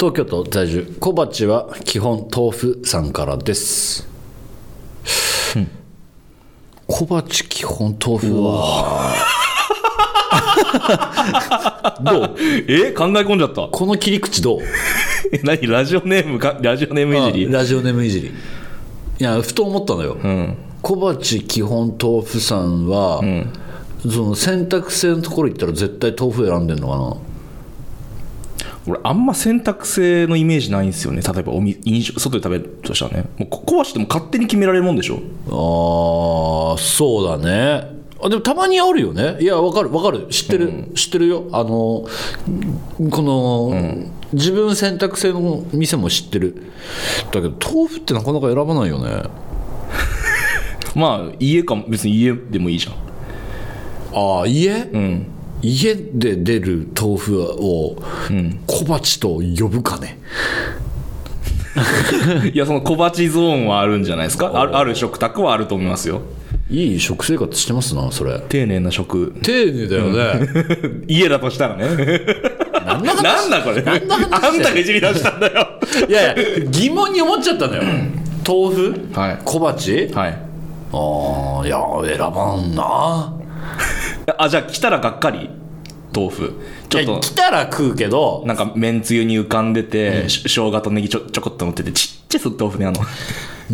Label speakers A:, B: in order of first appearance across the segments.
A: 東京都在住小鉢は基本豆腐さんからです、小鉢基本豆腐は どう
B: え考え込んじゃった。
A: この切り口どう
B: 何ラジオネームか、ラジオネームいじり。
A: ラジオネームいじりいやふと思ったのよ、
B: うん。
A: 小鉢基本豆腐さんは、その選択肢のところ行ったら絶対豆腐選んでんのかな
B: 俺、あんま選択制のイメージないんですよね。例えばおみ、飲食、外で食べるとしたらね。もう、ここはしても勝手に決められるもんでしょ。
A: ああそうだねあでもたまにあるよねいやわかるわかる知ってる、知ってるよあのこの、自分選択制の店も知ってるだけど豆腐ってなかなか選ばないよね
B: まあ、家かも、別に家でもいいじゃん。
A: ああ家、
B: うん。
A: 家で出る豆腐を小鉢と呼ぶかね、
B: いや、その小鉢ゾーンはあるんじゃないですか。ある、ある食卓はあると思いますよ。
A: いい食生活してますなそれ
B: 丁寧な食。
A: 丁寧だよね、
B: 家だとしたらね。
A: なんだかんだ
B: なんだこれ。あん
A: の話してんの
B: たがいじり出したんだよ。
A: いやいや疑問に思っちゃったのよ豆腐、
B: はい
A: 小鉢
B: はい。
A: ああいや選ばんな
B: あ、じゃあ来たらがっかり豆腐。ちょっ
A: いや
B: と。
A: 来たら食うけど
B: なんか麺つゆに浮かんでて、し生姜とネギちょちょこっと乗っててちっちゃいそ豆腐ねあの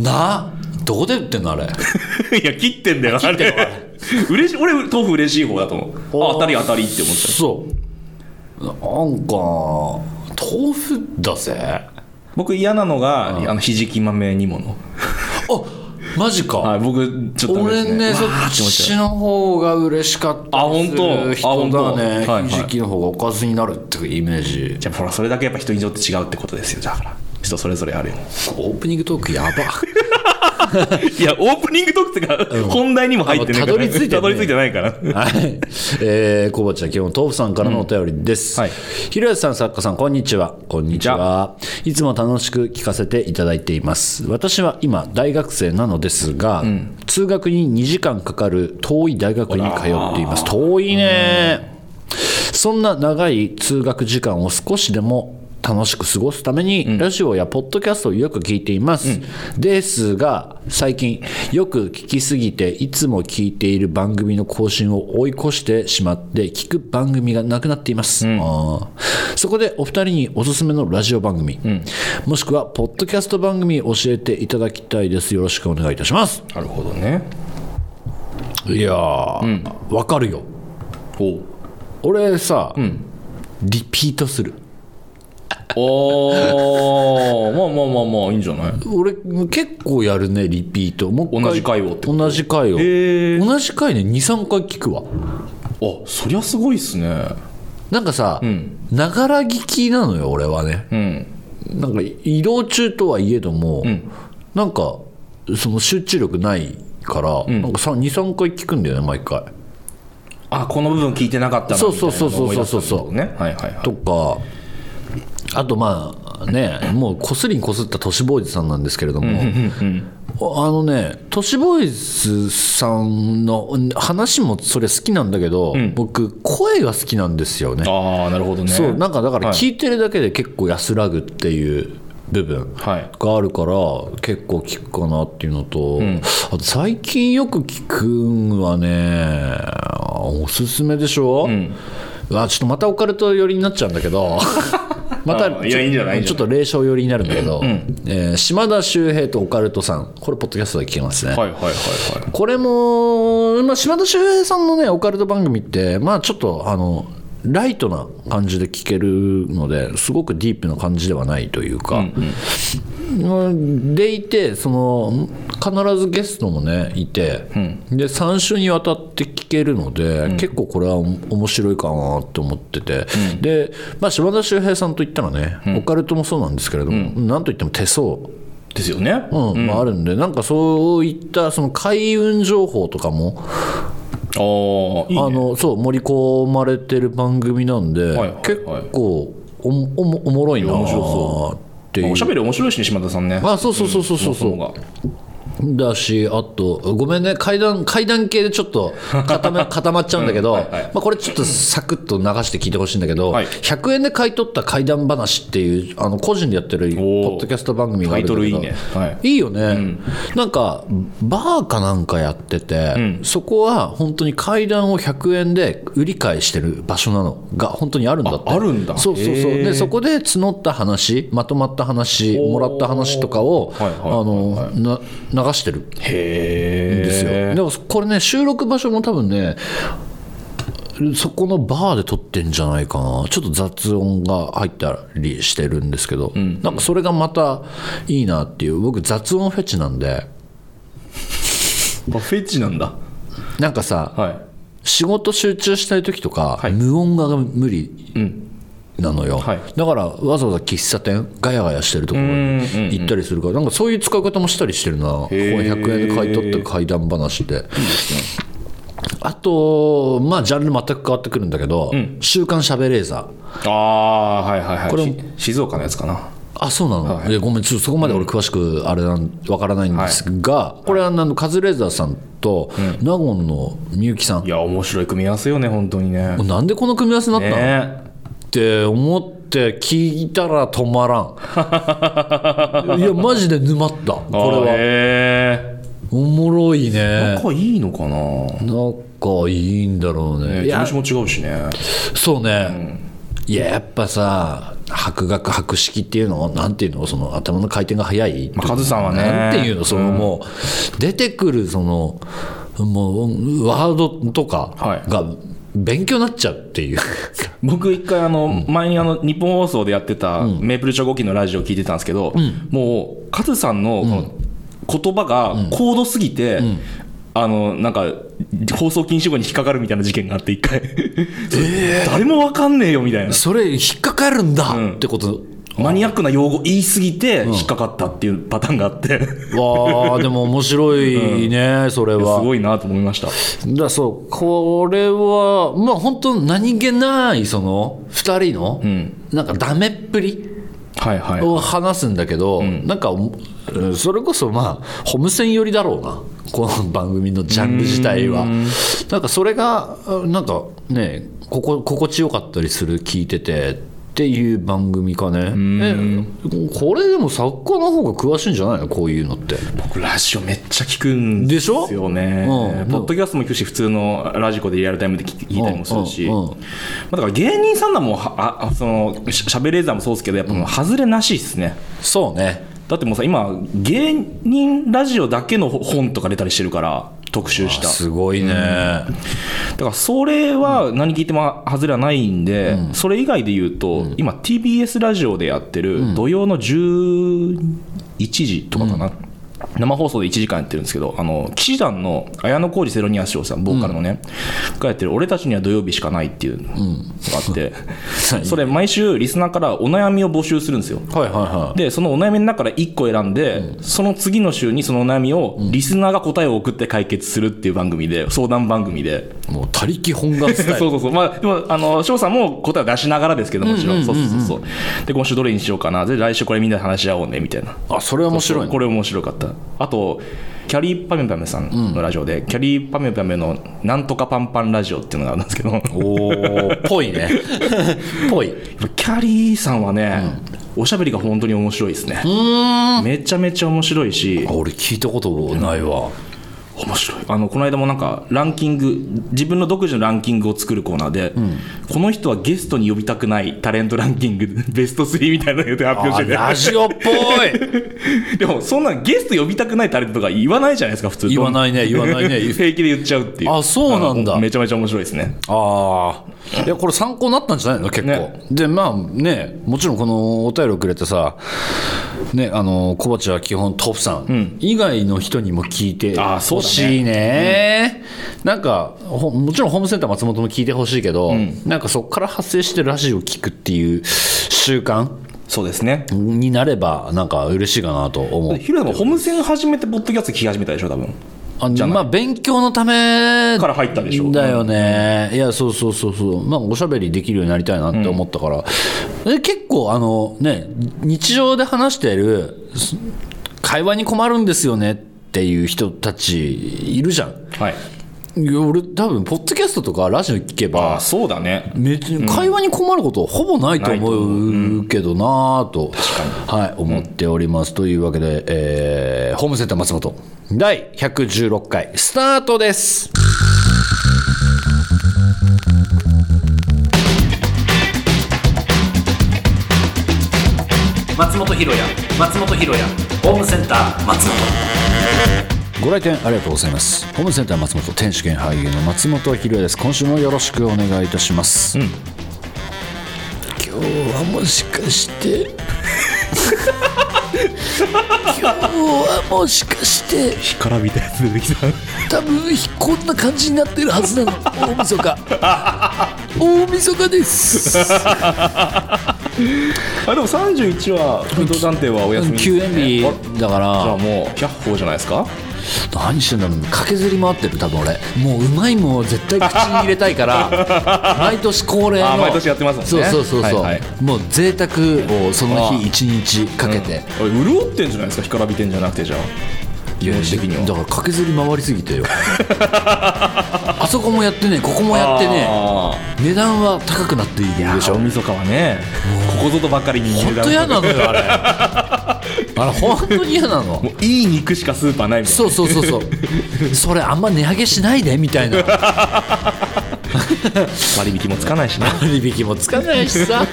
A: などこで売ってんのあれ
B: いや切ってんだよあ
A: ってんのあ
B: れ嬉しい俺豆腐嬉しい方だと思うあ当たり当たりって思った
A: そうなんか豆腐だぜ
B: 僕嫌なのが、あのひじき豆煮物
A: あマジか、
B: はい僕ちょっとダメで
A: 俺
B: す
A: ねそ
B: わーて思
A: っ
B: っち
A: ち
B: ゃう
A: の方が嬉しかったりする
B: あ本当
A: 人だ
B: あ
A: ね
B: 本当はいはい
A: ひじきの方がおかずになるっていうイメージ
B: じゃあほらそれだけやっぱ人によって違うってことですよだから人それぞれあるよ
A: オープニングトークやば
B: いやオープニングトークとか、本題にも入ってない
A: あたどり着いてね
B: たどり着いてないから
A: はい、えー、小鉢は基本豆腐さんからのお便りです、
B: うんはい
A: ひろやさん作家さんこんにちはこんにちはいつも楽しく聞かせていただいています私は今大学生なのですが、通学に2時間かかる遠い大学に通っています遠いねそんな長い通学時間を少しでも楽しく過ごすために、ラジオやポッドキャストをよく聞いています、ですが最近よく聞きすぎていつも聞いている番組の更新を追い越してしまって聞く番組がなくなっています、あーそこでお二人におすすめのラジオ番組、もしくはポッドキャスト番組教えていただきたいですよろしくお願いいたします
B: なるほどね
A: いやーわ、かるよ
B: お
A: 俺さ、リピートする
B: おーまあまあまあまあいいんじゃない
A: 俺結構やるねリピートもう一
B: 同じ回をってこ
A: 同じ回を
B: へ
A: 同じ回ね23回聞くわ
B: あそりゃすごいっすね
A: なんかさながら聞きなのよ俺はね
B: うん
A: なんか移動中とはいえども、なんかその集中力ないから、なんか23回聞くんだよね毎回
B: あこの部分聞いてなかったな
A: そうそうそうそうそうそう
B: みたいなのを思い出したってことねはいはいはい
A: とかあとまあねもうこすりにこすった都市ボーイズさんなんですけれども、あのね都市ボーイズさんの話もそれ好きなんだけど、僕声が好きなんですよね
B: ああなるほどね
A: そうなんかだから
B: はい
A: 聞いてるだけで結構安らぐっていう部分
B: はい
A: があるから結構聞くかなっていうのと、あと最近よく聞くんはねおすすめでしょ、うわちょっとまたオカルト寄りになっちゃうんだけ どまたちょ
B: あいやいいんじゃないいいん
A: ち
B: じ
A: ょ
B: ゃな
A: っ
B: い
A: と霊障寄りになるんだけど、えー島田秀平とオカルトさんこれポッドキャストで聞けますね、
B: はいはいはいはい
A: これも、まあ、島田秀平さんのねオカルト番組って、まあ、ちょっとあのライトな感じで聞けるのですごくディープな感じではないというか、うんでいてその必ずゲストもねいて、で3週にわたって聞けるので、結構これはお面白いかなと思ってて、で、まあ、島田秀平さんといったらね、オカルトもそうなんですけれども、なんといっても手相
B: ですよねあ
A: うんまあ、あるんで、なんかそういったその開運情報とかも
B: あいい
A: あ
B: ね
A: のそう盛り込まれてる番組なんで、
B: はいはいはい
A: 結構おもおもおもろいな
B: 面
A: ー
B: 白そ
A: っていう
B: おしゃべり面白いしね島田さんね
A: あそうそうそうそうそうそう
B: そもそもが
A: だし、あと、ごめんね、階段、階段系でちょっと固 め固まっちゃうんだけど、まあ、これちょっとサクッと流して聞いてほしいんだけど、
B: はい
A: 100円で買い取った怪談話っていう、あの、個人でやってるポ
B: おー
A: ッドキャスト番組があるんだけど
B: タイトルいいねはい
A: いいよね、なんかバーかなんかやってて、そこは本当に階段を100円で売り買いしてる場所なのが本当にあるんだって
B: ああるんだ
A: そうそうそう
B: へー
A: でそこで募った話まとまった話もらった話とかを、
B: はいはいはいはい
A: あのな流してるん
B: へえ
A: ですよ、でもこれね収録場所も多分ねそこのバーで撮ってんじゃないかなちょっと雑音が入ったりしてるんですけど、なんかそれがまたいいなっていう僕雑音フェチなんで
B: あフェチなんだ
A: なんかさ、
B: は
A: 仕事集中したい時とか、
B: い
A: 無音が無理
B: いうん
A: なのよ、
B: はい
A: だからわざわざ喫茶店ガヤガヤしてるところ
B: うんうん
A: に
B: うん
A: 行ったりするからなんかそういう使い方もしたりしてるなここれ100円で買い取った怪談話であとまあジャンル全く変わってくるんだけど「週刊しゃべれーザー
B: ああはいはいはい
A: これ
B: し静岡のやつかな」
A: あそうなの、いやごめんちょっとそこまで俺詳しくあれなんわからないんですが、これはあのカズレーザーさんと納言のみゆきさん
B: いや面白い組み合わせよね本当にね
A: もうなんでこの組み合わせになったの、
B: ね
A: って思って聞いたら止まら んいやマジで沼ったこれ
B: あ
A: は
B: へ
A: おもろい
B: え
A: ね
B: 仲いいのかな、
A: 仲いいんだろうね
B: ね、
A: いや
B: 事務所も違うしね
A: そうね、いややっぱさ博学博識っていうのなんていうのその頭の回転が速い、
B: まあカズさんはね
A: なんていうのそのもう出てくるそのもうワードとかが勉強になっちゃうって いう、
B: 僕一回あの、前にあの日本放送でやってた、メープル超合金のラジオ聞いてたんですけど、もうカズさんのこの言葉が高度すぎて、あのなんか放送禁止語に引っかかるみたいな事件があって一回、誰もわかんねえよみたいな
A: それ引っかかるんだ
B: ん
A: ってこと、
B: マニアックな用語言いすぎて引っかかったっていうパターンがあって、
A: わあでも面白いね、それ
B: す
A: は
B: ごいなと思いました
A: だそうこれはまあ本当何気ないその2人の、
B: ん
A: なんかダメっぷり
B: はいはい
A: を話すんだけど、なんかうんそれこそまあホームセン寄りだろうなこの番組のジャンル自体はなんかそれがなんかねここ心地よかったりする聞いててっていう番組かねえこれでも作家の方が詳しいんじゃないのこういうのって
B: 僕ラジオめっちゃ聞くん
A: で
B: で
A: しょ
B: すよね、
A: うん
B: ポッドキャストも聞くし普通のラジコでリアルタイムで聞聞いたりもするし、
A: うんうんうん
B: まあ、だから芸人さんらもはああそのししゃべれーザーもそうですけどやっぱもう外れなしですね
A: そうね
B: だってもうさ今芸人ラジオだけの本とか出たりしてるから特集した
A: すごいね、
B: だからそれは何聞いても外れはないんで、それ以外で言うと、今 TBS ラジオでやってる土曜の11時とかかな、生放送で1時間やってるんですけど、あの、騎士団の綾野浩二セロニア師匠さん、ボーカルのね、がやってる、俺たちには土曜日しかないっていうのがあって、 それ毎週リスナーからお悩みを募集するんですよ。
A: はいはいはい
B: で、そのお悩みの中から1個選んで、その次の週にそのお悩みをリスナーが答えを送って解決するっていう番組で、相談番組で、
A: もう他力本願スタイル
B: そうそうそう。まあ、でも、あの、翔さんも答えを出しながらですけど、もちろん。そうそうそうそう。で、今週どれにしようかな。で、来週これみんなで話し合おうね、みたいな。
A: あそれは面白いね
B: これ面白かった。あと、キャリーパメパメさんのラジオで、キャリーパメパメのなんとかパンパンラジオっていうのがあるんですけど、
A: おーぽい ねぽい
B: キャリーさんはね、おしゃべりが本当に面白いですね。めちゃめちゃ面白いし
A: あ、俺聞いたことないわ、
B: 面白いあのこの間もなんかランキング自分の独自のランキングを作るコーナーで、この人はゲストに呼びたくないタレントランキング ベスト3みたいなのを発表
A: あ
B: して
A: ラジオっぽい
B: て でもそんなんゲスト呼びたくないタレントとか言わないじゃないですか普通
A: 言わないね言わないね
B: 平気で言っちゃうっていう
A: あそうなんだ
B: あのめちゃめちゃ面白いですね
A: ああいやこれ参考になったんじゃないの結構、
B: ね
A: でまあねもちろんこのお便りをくれてさねあの小鉢は基本トップさん、以外の人にも聞いて
B: あーそう
A: ほ
B: だね
A: しいねなんかほもちろんホームセンター松本も聞いてほしいけど、なんかそこから発生してラジオ聞くっていう習慣
B: そうですね
A: になればなんか嬉しいかなと思う
B: ヒロでもホームセン始めてポッドキャスト聞き始めたでしょ多分
A: あまあ勉強のため
B: から入ったでしょ
A: だよね、いやそうそうそうそうまあおしゃべりできるようになりたいなって思ったから、え結構あのね日常で話してるす会話に困るんですよねっっていう人たちいるじゃん。
B: はい
A: いや俺多分ポッドキャストとかラジオ聞け
B: あ
A: ば
B: そうだね
A: め会話に困ることほぼないと思うけどなぁと、はい、思っております。というわけで、えーホームセンター松本第116回スタートです。
B: 松本ひろや松本ひろやホームセンター松
A: ご来店ありがとうございますホームセンター松本天主兼俳優の松本ひろです今週もよろしくお願いいたします、今日はもしかして今日はもしかして
B: ひからびたやつ出てきた
A: 多分こんな感じになってるはずなの大晦日大 晦日です
B: あでも31は奮闘探偵はお休みです
A: 休
B: ね
A: 園日
B: あ
A: だか
B: じゃあ
A: ら
B: もう100歩じゃないですか
A: 何してんだろう駆けずり回ってる多分俺もううまいもんを絶対口に入れたいから 毎年恒例の
B: あ毎年やってますもんね
A: そうそうそうそう、
B: はいはい
A: もう贅沢をその日一日かけて、
B: あれ潤ってんじゃないですか干からびてんじゃなくてじゃあ
A: いや
B: イメージ的には
A: だから駆けずり回りすぎ てよあそこもやってねここもやってね
B: あ
A: 値段は高くなっている
B: ー
A: でしょ
B: 大晦日はねここぞとばかりに
A: 本当嫌なのよ あれあれ本当に嫌なの
B: もういい肉しかスーパーないみたいな
A: そうそうそうそうそれあんま値上げしないでみたいな
B: 割引もつかないしね
A: 割引もつかないし さ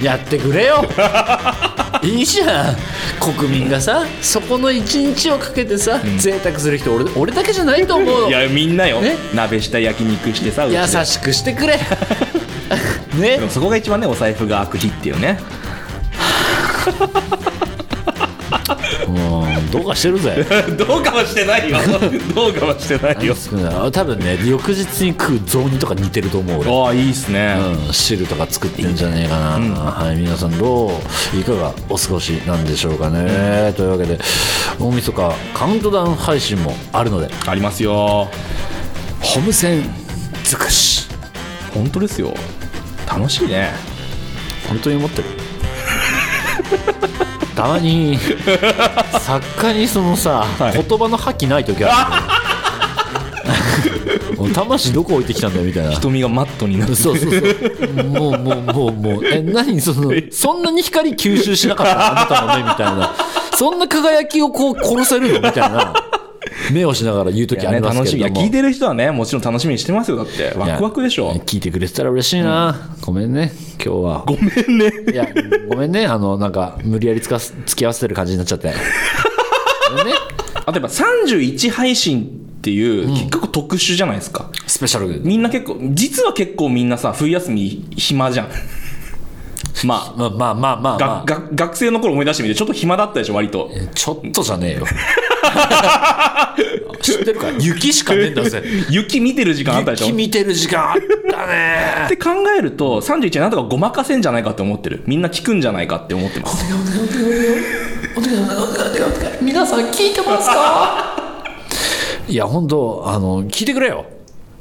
A: やってくれよいいじゃん国民がさそこの一日をかけてさ、贅沢する人俺俺だけじゃないと思うの
B: いやみんなよ
A: ね
B: 鍋した焼肉してさうちで
A: 優しくしてくれ ね
B: でもそこが一番ねお財布が開く日っていうね
A: うんどうかしてるぜ
B: どうかはしてないよ どうかはしてないよ
A: うん多分ね翌日に食う雑煮とか似てると思う俺
B: ああいいっすね、
A: うん、汁とか作ってんじゃねえかな、はい、皆さんどういかがお過ごしなんでしょうかね、というわけで大晦日カウントダウン配信もあるので
B: ありますよ
A: ホームセン尽くし
B: 本当ですよ楽しいね
A: 本当に思ってる たまに作家にそのさ、
B: はい
A: 言葉の覇気ない時あ るもう魂どこ置いてきたんだよみたいな
B: 瞳がマットになる
A: そうそうそう。もう、もう、もう、もう、え、何その、そんなに光吸収しなかったのあなたの目みたいな。そんな輝きをこう殺せるのみたいな。目をしながら言うと
B: い
A: き
B: や
A: あ
B: ね
A: ります
B: 楽し
A: け
B: みいや
A: れども。
B: 聞いてる人はねもちろん楽しみにしてますよだってワクワクでし
A: い
B: ょ
A: や聞いてくれてたら嬉しいな。ごめんね、今日は。
B: ごめんね
A: いや、ごめんね、あの、なんか、無理やりつかす付き合わせてる感じになっちゃって。ごめんね、
B: あとやっぱ31配信っていう結構特殊じゃないですか、
A: スペシャル。
B: みんな結構実は結構みんなさ冬休み暇じ ゃんま
A: まあまあまあまあ、
B: あ
A: ま
B: がが学生の頃思い出してみてちょっと暇だったでしょ割と
A: あ、ちょっとじゃねえ よ。知ってるか雪しかねえんだぜ。
B: 雪見てる時間あったでしょ
A: 雪見てる時間あった
B: っ
A: ね
B: て考えると31はなんとかごまかせんじゃないかって思ってるみんな聞くんじゃないかって思ってます
A: 皆さん聞いてますかいや本当あの聞いてくれよ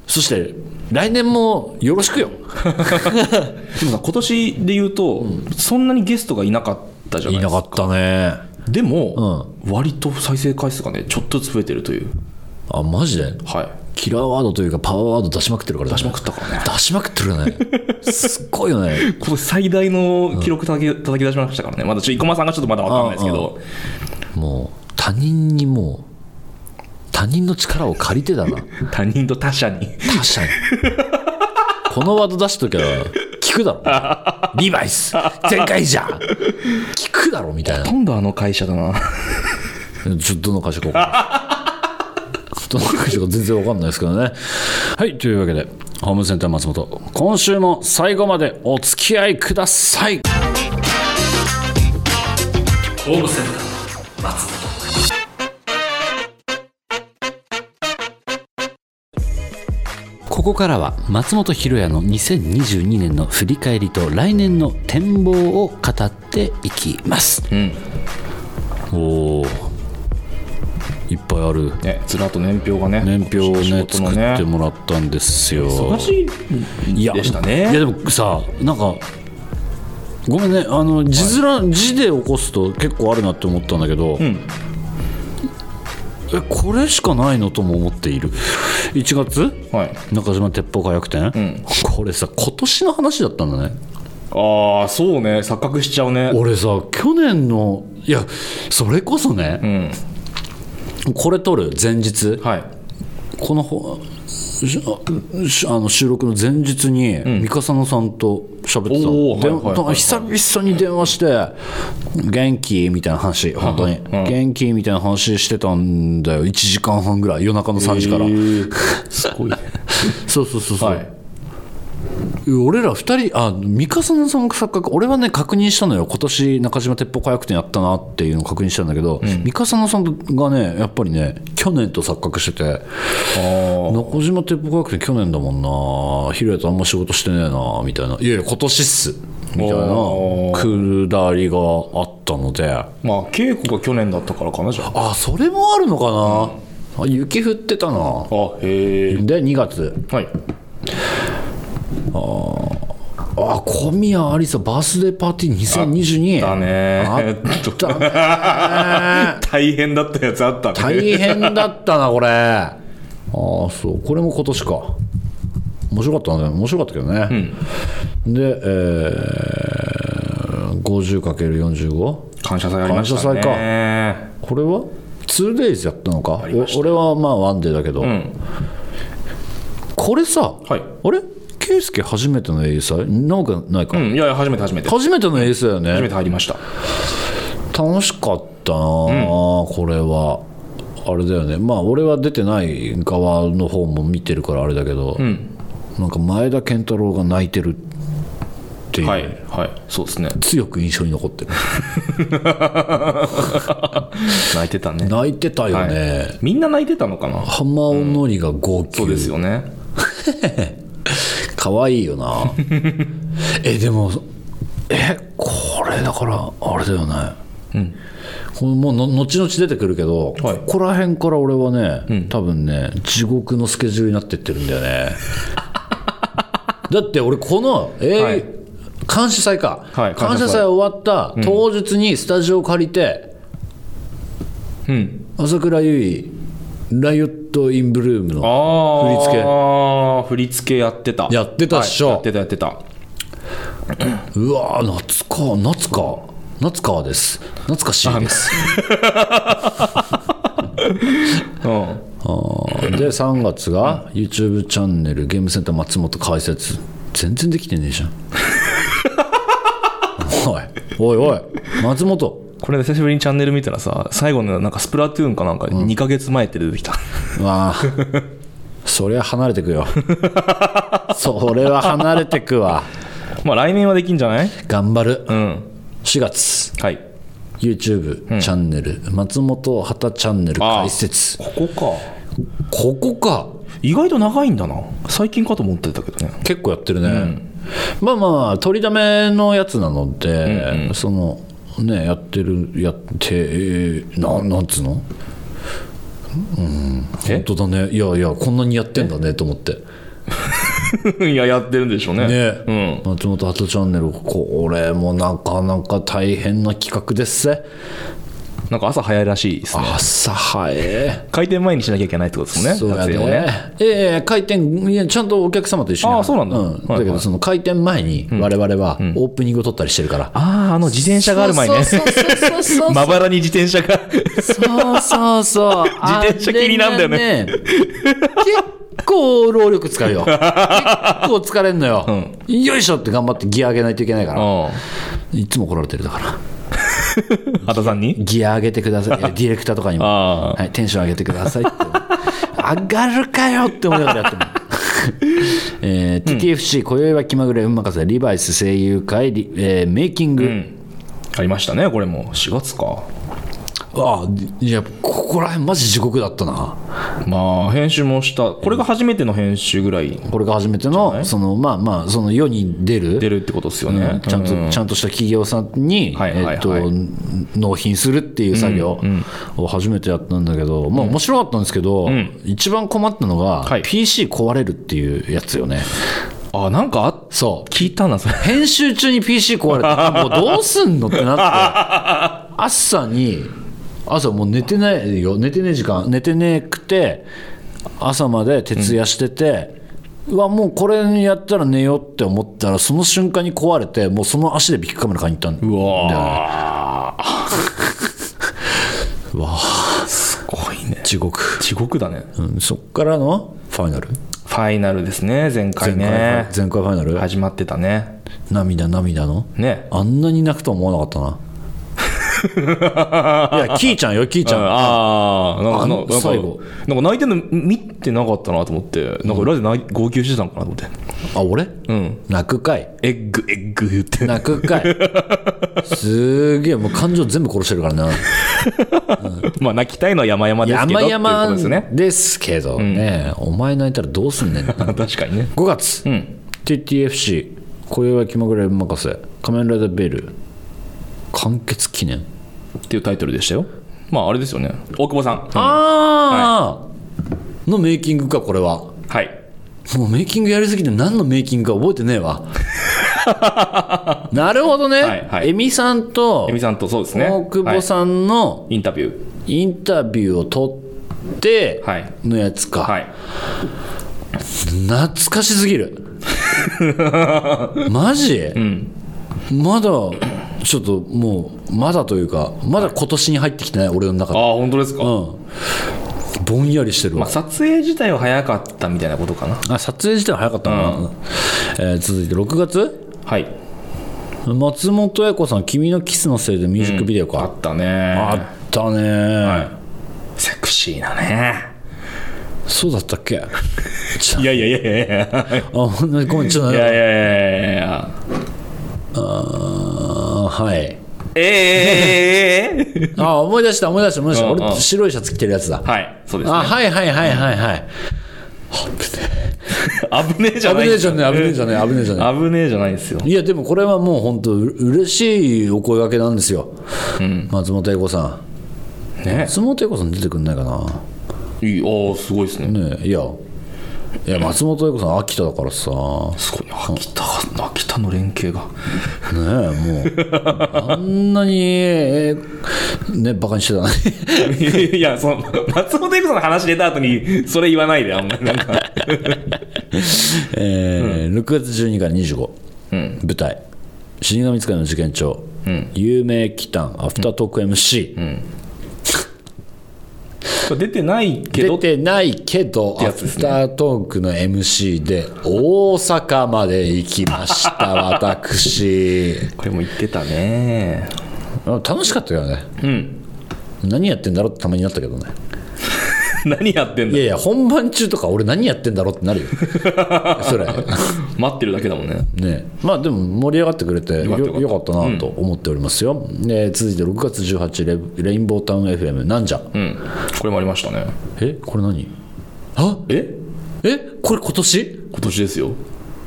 A: そして来年もよろしくよ
B: でもさ今年で言うと、そんなにゲストがいなかったじゃないですか
A: ったね
B: でも、割と再生回数がねちょっとずつ増えてるという
A: あマジで
B: はい
A: キラーワードというかパワーワード出しまくってるから、ね、出
B: しまくったからね
A: 出しまくってるよねすっごいよね
B: 今年最大の記録叩き,、叩き出しましたからねまだちょっと生駒さんがちょっとまだわかんないですけど
A: もう他人にもう他人の力を借りてだな
B: 他人と他者に
A: 他社にこのワード出すときは聞くだろリバイス前回じゃん聞くだろみたいな
B: 今度あの会社だな
A: ちょどの会社か分かんないどの会社か全然わかんないですけどねはいというわけでホームセンター松本今週も最後までお付き合いください
B: ホームセンター
A: ここからは松本ひろやの2022年の振り返りと来年の展望を語っていきます、
B: ん
A: おおいっぱいある
B: ねずらっと年表がね
A: 年表を
B: 仕
A: ね
B: 事の
A: 作ってもらったんですよ
B: 忙し
A: い
B: い
A: や
B: でした
A: いや
B: ね
A: でもさなんかごめんねあの字面、字で起こすと結構あるなって思ったんだけど、えこれしかないのとも思っている1月
B: はい
A: 中島鉄砲火薬店、これさ今年の話だったんだね
B: ああそうね錯覚しちゃうね
A: 俺さ去年のいやそれこそね
B: う、ん
A: これ撮る前日
B: はい
A: このほしあしあの収録の前日に三笠野さんと喋ってたの
B: おー
A: で
B: はいはいはいはい
A: 久々に電話して「元気?」みたいな話本当に「
B: うん
A: 元気?」みたいな話してたんだよ1時間半ぐらい夜中の3時から、
B: えーすごいね
A: そうそうそうそう、
B: はい
A: 俺ら2人あ三笠野さんの錯覚俺はね確認したのよ今年中島鉄砲火薬店やったなっていうのを確認したんだけど、三笠野さんがねやっぱりね去年と錯覚してて
B: あ
A: 中島鉄砲学園去年だもんな昼やとあんま仕事してねえなみたいないやいや今年っすみたいな
B: お
A: くだりがあったのであ
B: あまあ稽古が去年だったからかなじゃあ
A: それもあるのかな、あ雪降ってたな
B: あへえ
A: で2月
B: はい
A: あ小宮ありさバースデーパーティー2022
B: だね
A: あ
B: っ大変だったやつあったね
A: 大変だったなこれああそうこれも今年か面白かったね面白かったけどね、で、えー、50×45
B: 感謝祭ありました
A: 感謝
B: ね
A: 祭これは 2days やったのかお俺はまあワンデーだけど、
B: ん
A: これさ、
B: はい
A: あれ圭介初めての AS 祭なんかないか、
B: うんいやいや初めて初めて初
A: 初めての AS だよ
B: め
A: ね
B: て入りました
A: 楽しかったなあ、これはあれだよねまあ俺は出てない側の方も見てるからあれだけど、
B: ん
A: なんか前田健太郎が泣いてるっていう、
B: はいはいそうですね
A: 強く印象に残ってる
B: 泣いてたね
A: 泣いてたよね、
B: みんな泣いてたのかな
A: 浜尾のりが号泣、
B: そうですよね
A: 可愛いよ なえでもえこれだからあれだよね
B: うん
A: これもうの後々出てくるけど、
B: はい
A: ここら辺から俺はね、多分ね地獄のスケジュールになってってるんだよ ねだって俺このえー
B: はい
A: 監視祭か、
B: はい
A: 感謝
B: 感謝
A: 祭
B: 祭
A: 終わった当日にスタジオ借りて、
B: うん
A: 朝倉優衣ライオット・イン・ブルームの
B: あ
A: 振り付け
B: あ振り付けやってた
A: やってたっしょ
B: はいやってたやってた
A: うわー夏か夏か夏川です夏川 C です
B: うん
A: あーで3月が YouTube チャンネルゲームセンター松本解説全然できてねえじゃんおいおいおい松本
B: これ久しぶりにチャンネル見たらさ最後のなんかスプラトゥーンかなんか2ヶ月前って出てきた、
A: まあそりゃ離れてくよそれは離れてくわ
B: まあ来年はできんじゃない
A: 頑張る
B: うん
A: 4月
B: はい
A: YouTube チャンネル、松本畑チャンネル解説
B: ここか
A: ここか
B: 意外と長いんだな最近かと思ってたけどね
A: 結構やってるね、まあまあ取りだめのやつなので、そのねやってるやって、えーななんつうの
B: え
A: 本当だねいやいやこんなにやってんだねと思って
B: いややってるんでしょうね
A: ね
B: うん
A: 松本ハトチャンネルこれもなかなか大変な企画ですぜ
B: なんか朝早いらしいですね
A: 朝早え
B: 開店前にしなきゃいけないってことですもんね
A: そうや
B: 撮
A: ね
B: 影を
A: ええ開店いやちゃんとお客様と一緒に
B: ああそうなんだ
A: だけ
B: はいは
A: ど
B: い
A: その開店前に我々はオープニングを撮ったりしてるから、
B: あああの自転車がある前ね
A: そうそうそうそうそう
B: まばらに自転 車が
A: そうそうそう。自
B: 転車気になんだよね
A: 結構労力使う よ。結構疲れんのよ、よいしょって頑張ってギア上げないといけないから。
B: う
A: いつも怒られてるだから。
B: ん畑さんに
A: ギア上げてくだ さい。ディレクターとかにも。
B: あ
A: はい、テンション上げてくださいって。上がるかよって思いながらやってる。 えー TTFC、今宵は気まぐれ運任せ、リバイス声優会、リえーメイキング、
B: ありましたねこれも4月か
A: ああ、いや、ここら辺マジ地獄だったな。
B: まあ編集もしたこれが初めての編集ぐらい
A: これが初めての、その、まあまあ、その世に出る、
B: 出るってことですよ
A: うん
B: ね、
A: ちゃんと、ちゃんとした企業さんに、
B: はいはいはい
A: えっと、納品するっていう作業を初めてやったんだけど、まあ面白かったんですけど、一番困ったのが、
B: はい
A: PC 壊れるっていうやつよ ね。
B: あなんかあ
A: そう。
B: 聞いたなそれ
A: 編集 中に PC 壊れて、もうどうすんのってなって、朝に、朝もう寝てないよ寝てねえ時間寝てねくて朝まで徹夜してて、うわもうこれやったら寝ようって思ったらその瞬間に壊れてもうその足でビッグカメラ買いに行ったん
B: うわ
A: うわ
B: ーすごいね
A: 地獄、
B: 地獄だね
A: うん、そっからのファイナル
B: ファイナルですね前回
A: 前
B: ね
A: 回前回ファイナル、
B: 始まってたね
A: 涙涙の
B: ね
A: あんなに泣くとは思わなか ったないやキーちゃんよキーちゃん
B: ああなんか
A: あの
B: なんか
A: 最後
B: なんか泣いてるの見てなかったなと思ってなんか裏で泣い号泣してたのかなと思って
A: あ俺
B: うん
A: 泣くかい
B: エッグエッグ言って
A: 泣くかいすーげえもう感情全部殺してるからな
B: まあ泣きたいのは山々ですけど
A: 山
B: っていう
A: 々
B: ことですよね
A: ですけどね、お前泣いたらどうすんねん5
B: 確かにね
A: 月、
B: うん
A: TTFC 今宵は気まぐれ任せ仮面ライダーベル完結記念、
B: っていうタイトルでしたよまああれですよね大久保さん
A: ああのメイキングかこれは
B: はい
A: もうメイキングやりすぎて何のメイキングか覚えてねえ わなるほどね、
B: はいはい
A: エミさんと
B: エミさんとそうですね
A: 大久保
B: は
A: さんの
B: いインタビュー
A: インタビューを撮って
B: はい
A: のやつか、
B: はい
A: 懐かしすぎ るマジ、まだちょっともうまだというかまだ今年に入ってきてない俺の中
B: ああ
A: で、
B: 本当ですか、
A: うん、ぼんやりしてる
B: ま
A: わ、
B: あ、撮影自体は早かったみたいなことかな
A: あ撮影自体は早かったな、えー続いて6月
B: はい
A: 松本彩子さん「君のキスのせいで」ミュージックビデオ
B: あ
A: か、
B: ったね
A: あったね、
B: はい、セクシーなね
A: そうだったっけあ
B: いやいやいやいやいや
A: ほんとにごめんちょっと待って
B: いやいやいやい や
A: あーはい
B: ええええええ
A: あー思い出した思い出した思い出した、
B: うんうん
A: 俺白いシャツ着てるやつだ
B: はいそうです
A: あ、
B: ね
A: はいはいはいはいはい。
B: 危ねえじゃ
A: 危
B: ない
A: ねえじゃねえ、危ねえじゃねえ、危ねえじゃね
B: 危ねえじゃないですよ
A: え。いや、でもこれはもう本当、う嬉しいお声掛けなんですよ。松本英子さん。
B: ね
A: 松本英子さん出てくんないか
B: いいああすごいですね
A: な。ねえいや。いや、松本英子さん、秋田だからさ。
B: すごい秋田秋田の 連携が
A: ねえ、 もう。あんなに、えーね、バカにしてたね。
B: いや、その、松本英子さんの話出た後に、それ言わないで、あんまりなんか。
A: えー6月12から25、
B: うん
A: 舞台「死神使いの事件帳」有名祈祷アフタートーク MC」
B: 出てないけ
A: 出
B: ど、
A: てないけど、
B: て
A: ア
B: やつです
A: フ
B: ね
A: タートークの MC で大阪まで行きました 私
B: これも言ってたね。
A: 楽しかったよね
B: うん。
A: 何やってんだろうってたまになったけどね
B: 何やってん
A: い
B: だ
A: やいや本番中とか俺何やってんだろうってなるよ それ
B: 待ってるだけだもんね。
A: ねまあでも盛り上がってくれてよ
B: よかった
A: よかったなと思っておりますよ、で続いて6月18レレインボータウン FM なんじゃ、
B: うん。これもありましたね。
A: えこれ何あ
B: え
A: えこれ今年
B: 今年ですよ。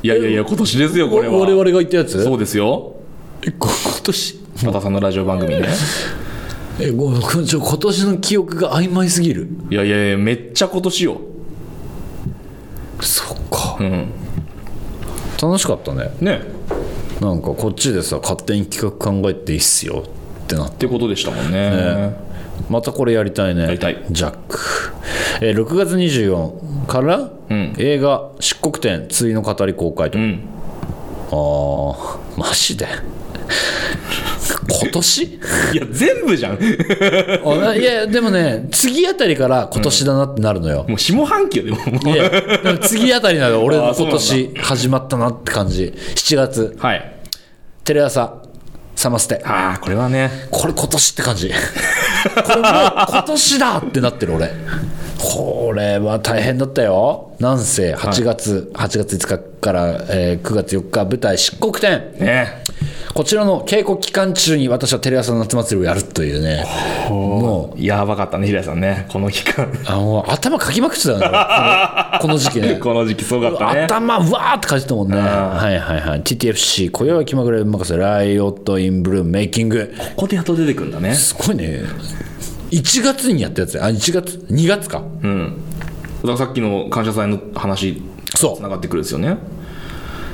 B: いやいやいや、今年ですよ、これは。
A: 我々が言ったやつ
B: そうですよ。
A: えこ今年
B: 和田さんのラジオ番 組ね。
A: えごめんごめんちょ今年の記憶が曖昧すぎる
B: いやいやいや、めっちゃ今年よ。
A: そっか
B: うん。
A: 楽しかったね
B: ね。っ
A: なんかこっちでさ勝手に企画考えていいっすよってなって
B: てことでしたもんね。
A: またこれやりたいね
B: やりたい
A: ジャック、えー6月24から、
B: ん
A: 映画「漆黒展ついの語り公開と」
B: うん。
A: ああマジで今 年
B: いや、全部じ ゃん。
A: あいやでもね次あたりから今年だなってなるのよ、
B: もう下半期よ、でも。もう
A: いやでも次あたりなの俺
B: あ
A: の
B: ーそう
A: 今
B: なんだ
A: 年始まったなって感じ7月
B: はい。
A: テレ朝サマステ
B: ああ、これはね。
A: これ今年って感じこれもう今年だってなってる俺これは大変だったよなんせ8月、8月5日から、えー9月4日舞台「漆黒展
B: ね」
A: こちらの稽古期間中に私はテレ朝の夏祭りをやるというねもう
B: やばかったね、平井さんね。この期間。
A: あの頭かきまくってたよねこのこの時 期ね
B: この時期すごかったね。
A: 頭うわーって感じたもんねはいはいはい TTFC 今宵は気まぐれ任せライオット・イン・ブルーメイキング
B: ここでやっと出てくんだね。
A: すごいね1月にやったやつあ1月2月か
B: うん。だからさっきの感謝祭の話、
A: そう
B: つながってくるんですよね。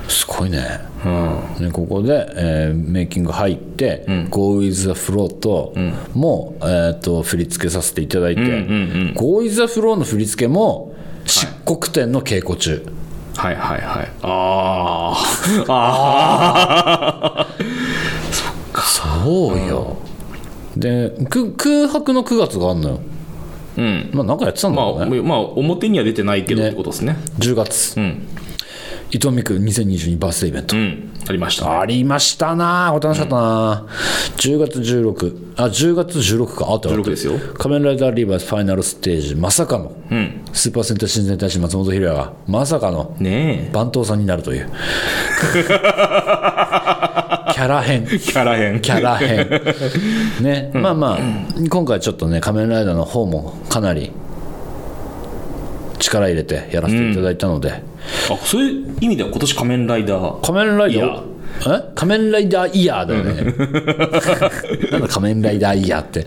A: すごいね
B: うん
A: でここで、えーメイキング入って「Go with the flow と」も、えー、と振り付けさせていただいて「Go with the flow」の振り付けも漆黒展の稽古中、
B: はいはいはいあー あー
A: そうよ、でく空白の9月があんのよ
B: うん
A: まあなんかやってたんだ
B: まあ
A: ろうね、
B: まあ表には出てないけどってことですね
A: 10月
B: うん
A: 伊藤美久2022バースデーイベント、
B: うんありました
A: ありましたなこれ楽しかったな、10月16あ10月16かあったあった
B: 16ですよ
A: 仮面ライダーリーバースファイナルステージまさかの、
B: うん
A: スーパー戦隊新戦隊士松本裕也がまさかの
B: ね
A: 番頭さんになると いうキャラ編
B: えキャラ編
A: キャラ編ね、まあまあ今回ちょっとね仮面ライダーの方もかなり力入れてやらせていただいたので、
B: あそういう意味では今年仮面ライダー
A: 仮面ライ
B: イヤ
A: ダーえ仮面ライダーイヤーだよね。なんだ 仮面ライダーイヤーって。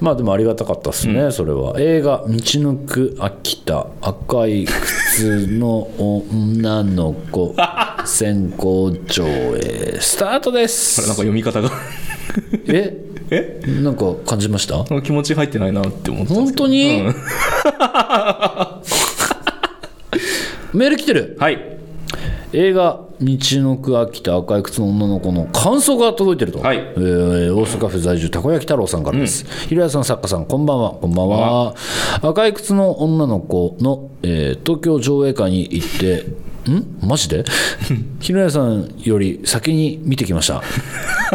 A: まあでもありがたかったですね、それは。映画、道のく秋田、赤い靴の女の 子、先行上映、スタートで
B: あれなんか
A: す。
B: 読み方 が
A: え
B: え
A: なんか感じました
B: なんか気持ち入ってないなって思って
A: 本当に、 メール来てる
B: はい
A: 映画「道のく秋田赤い靴の女の子」の感想が届いてると、
B: はい
A: えー大阪府在住たこ焼き太郎さんからです、ひろやさん作家さんこんばんはこんばんは赤い靴の女の子の、えー東京上映会に行ってんマ ジでひろやさんより先に見てきました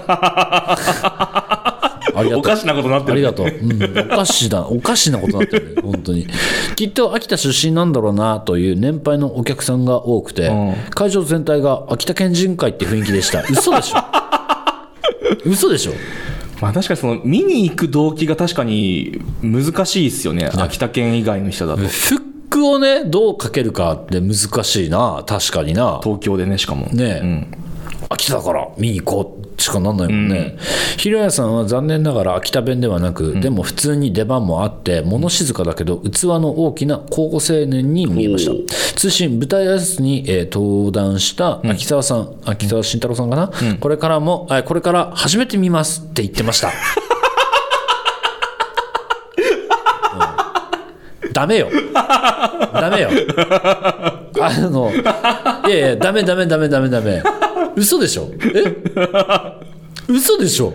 A: ありがと
B: お
A: う
B: かしなことになって
A: あ
B: る
A: りがとう。うん、おかしな、おかしなことになってるね、本当に。きっと秋田出身なんだろうなという年配のお客さんが多くて、
B: う
A: 会場全体が秋田県人会って雰囲気でした。嘘でしょ嘘でしょ
B: まあ確かにその見に行く動機が確かに難しいですよね秋田県以外の人だと
A: フックをね、どうかけるかって難しいな、確かにな。
B: 東京でねしかも
A: ねえ、秋田だから見に行こうしかなんないもんね、ひろやさんは残念ながら秋田弁ではなく、でも普通に出番もあって物静かだけど器の大きな高校青年に見えまし
B: お
A: た通信舞台挨拶に、えー登壇した秋沢さん、秋沢慎太郎さんかな、これからもあこれから初めて見ますって言ってま した、うんダメよダメよ。 あの、いやいや、ダメダメダメダメダメ。嘘でしょえ嘘でしょ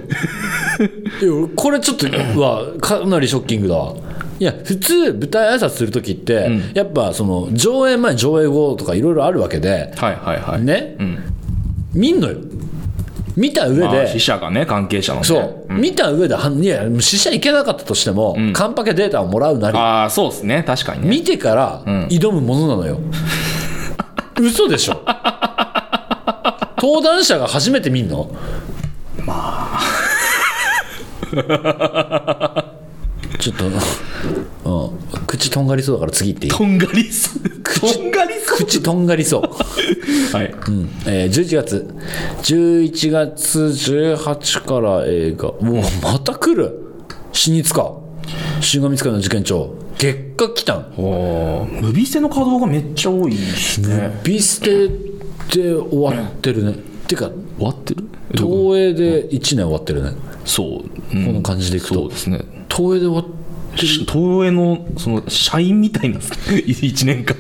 A: いや俺これちょっとはかなりショッキングだわ。いや、普通、舞台挨拶するときって、やっぱその、上映前、上映後とかいろいろあるわけで、
B: はいはいはい
A: ね、
B: ん
A: 見んのよ。見た上
B: まあ
A: で、
B: 死者がね関係者のね
A: そう、見た上で、はいや、死者行けなかったとしても、カンパケデータをもらうなり、
B: ああそうですね確かにね
A: 見てから挑むものなのよ、嘘でしょ登壇者が初めて見んのまあ ちょっと、うん、口とんがりそうだから次行っていい
B: とんがりす とんがりす
A: 口とんがりそう
B: はい
A: うんえー11月11月18から映画もうまた来る死につか死神使いの事件帳月下来たん
B: おームビセの稼働がめっちゃ多いですね
A: ビステで終わってるねてか
B: 終わってる
A: 東映で1年終わってるね
B: そう、うん
A: この感じでいく
B: そ
A: と
B: うですね
A: 東映で終わっ
B: し東映のその社員みたいな 1年間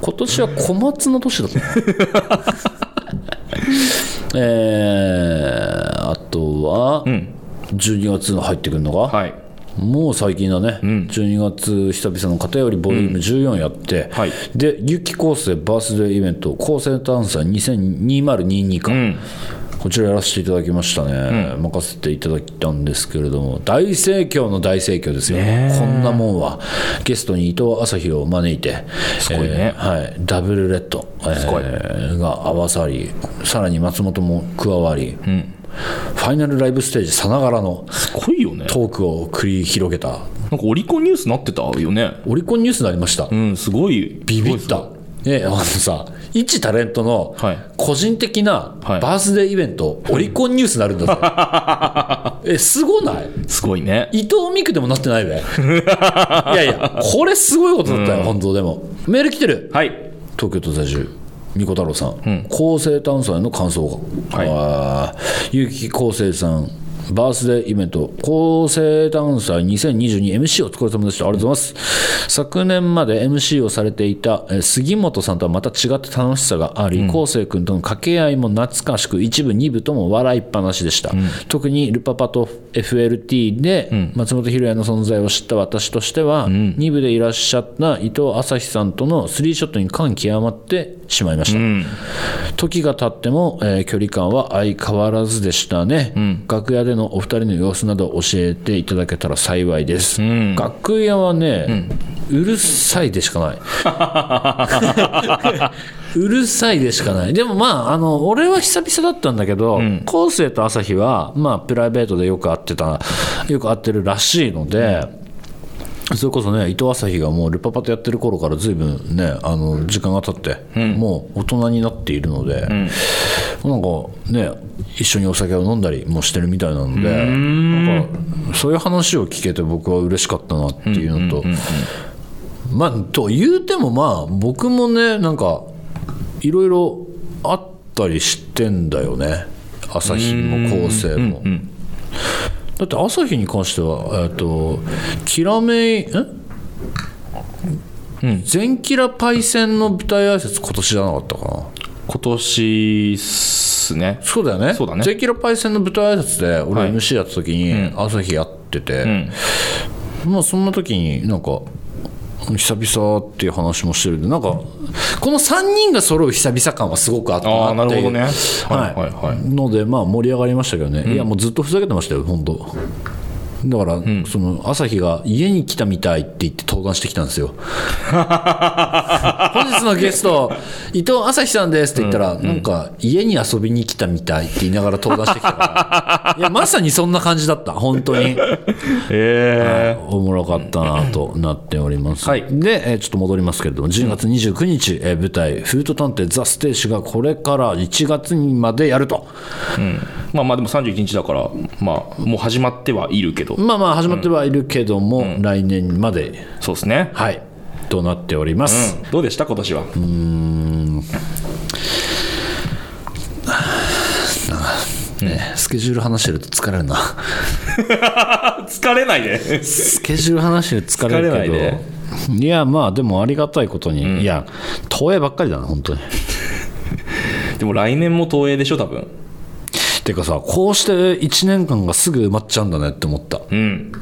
A: 今年は小松の年だ ったなえー、あとは、12月入ってくるのが、
B: はい
A: もう最近だね、12月久々の方よりボリューム14やって、
B: はい
A: で、有機構成バースデーイベント、構成探査2022か、こちらやらせていただきましたね、任せていただいたんですけれども、大盛況の大盛況ですよ、
B: ねえ
A: こんなもんは、ゲストに伊藤朝日を招いて、す
B: ごいね
A: はい、ダブルレッド、えー
B: ごい
A: が合わさり、さらに松本も加わり、ファイナルライブステージさながらの。
B: すごいよね
A: トークを繰り広げた
B: なんかオリコンニュースなってたよね
A: オリコンニュースになりました、
B: うんすごい
A: ビビったえあのさ一タレントの
B: はい
A: 個人的な
B: はい
A: バースデーイベント、オリコンニュースになるんだぞ。 え、すごない
B: すごいね
A: 伊藤美久でもなってない べ。いやいや、これすごいことだったよ、本当でも。メール来てる。
B: はい
A: 東京都在住みこ太郎さん、構成炭酸への感想が、
B: はい
A: あー結城構成さんバースデーイベント構成炭酸 2022MC お疲れ様でしたありがとうございます昨年まで MC をされていたえー杉本さんとはまた違った楽しさがあり昴生、君との掛け合いも懐かしく一部二部とも笑いっぱなしでした、特に「ルパパ」と FLT で松本ひろやの存在を知った私としては、2部でいらっしゃった伊藤朝日さんとのスリーショットに感極まってしまいました、時が経っても、えー距離感は相変わらずでしたね、楽屋でのお二人の様子など教えていただけたら幸いです、楽屋はね、うるさいでしかないうるさいでしかないでもまああの俺は久々だったんだけど昴生、と朝日はまあプライベートでよく会ってた よく会ってるらしいので、それこそね伊藤朝日がもうルパパとやってる頃から随分ねあの時間が経って、もう大人になっているので、なんかね一緒にお酒を飲んだりもしてるみたいなのでなんかそういう話を聞けて僕は嬉しかったなっていうのと、まあと言うてもまあ僕もねなんかいろいろあったりしてんだよね朝日も構成も。だって朝日に関しては、えっと、キラメイ、ん全キラパイセンの舞台挨拶今年じゃなかったかな
B: 今年っすね
A: そうだよね
B: そうだね
A: 全キラパイセンの舞台挨拶で
B: は
A: 俺
B: い
A: MC やった時に朝日やってて、まあそんな時になんか久々っていう話もしてるんでなんかこの3人が揃う久々感はすごくあった
B: ああ
A: なっ
B: な
A: て
B: る
A: い
B: ほ
A: う
B: どねはいはいはい
A: のでまあ盛り上がりましたけどね、いやもうずっとふざけてましたよ本当だから、その朝日が家に来たみたいって言って登壇してきたんです よ本日のゲスト伊藤朝日さんですって言ったら、なんか家に遊びに来たみたいって言いながら登壇してきた からいやまさにそんな感じだった本当に
B: え
A: おもろかったなとなっております。
B: はい
A: で、えーちょっと戻りますけれども、10月29日、えー舞台、フート探偵ザ・ステージがこれから1月にまでやると。
B: まあまあでも31日だからまあもう始まってはいるけど
A: まあまあ始まってはいるけども、来年まで、
B: そうですね
A: はい、となっております。
B: どうでした今年は
A: ねスケジュール話してると疲れるな。
B: 疲れない で
A: スケジュール話してると疲れるけど。
B: 疲れないね
A: いやまあでもありがたいことに、いや東映ばっかりだな本当に
B: でも来年も東映でしょ多分
A: てかさこうして1年間がすぐ埋まっちゃうんだねって思った
B: うん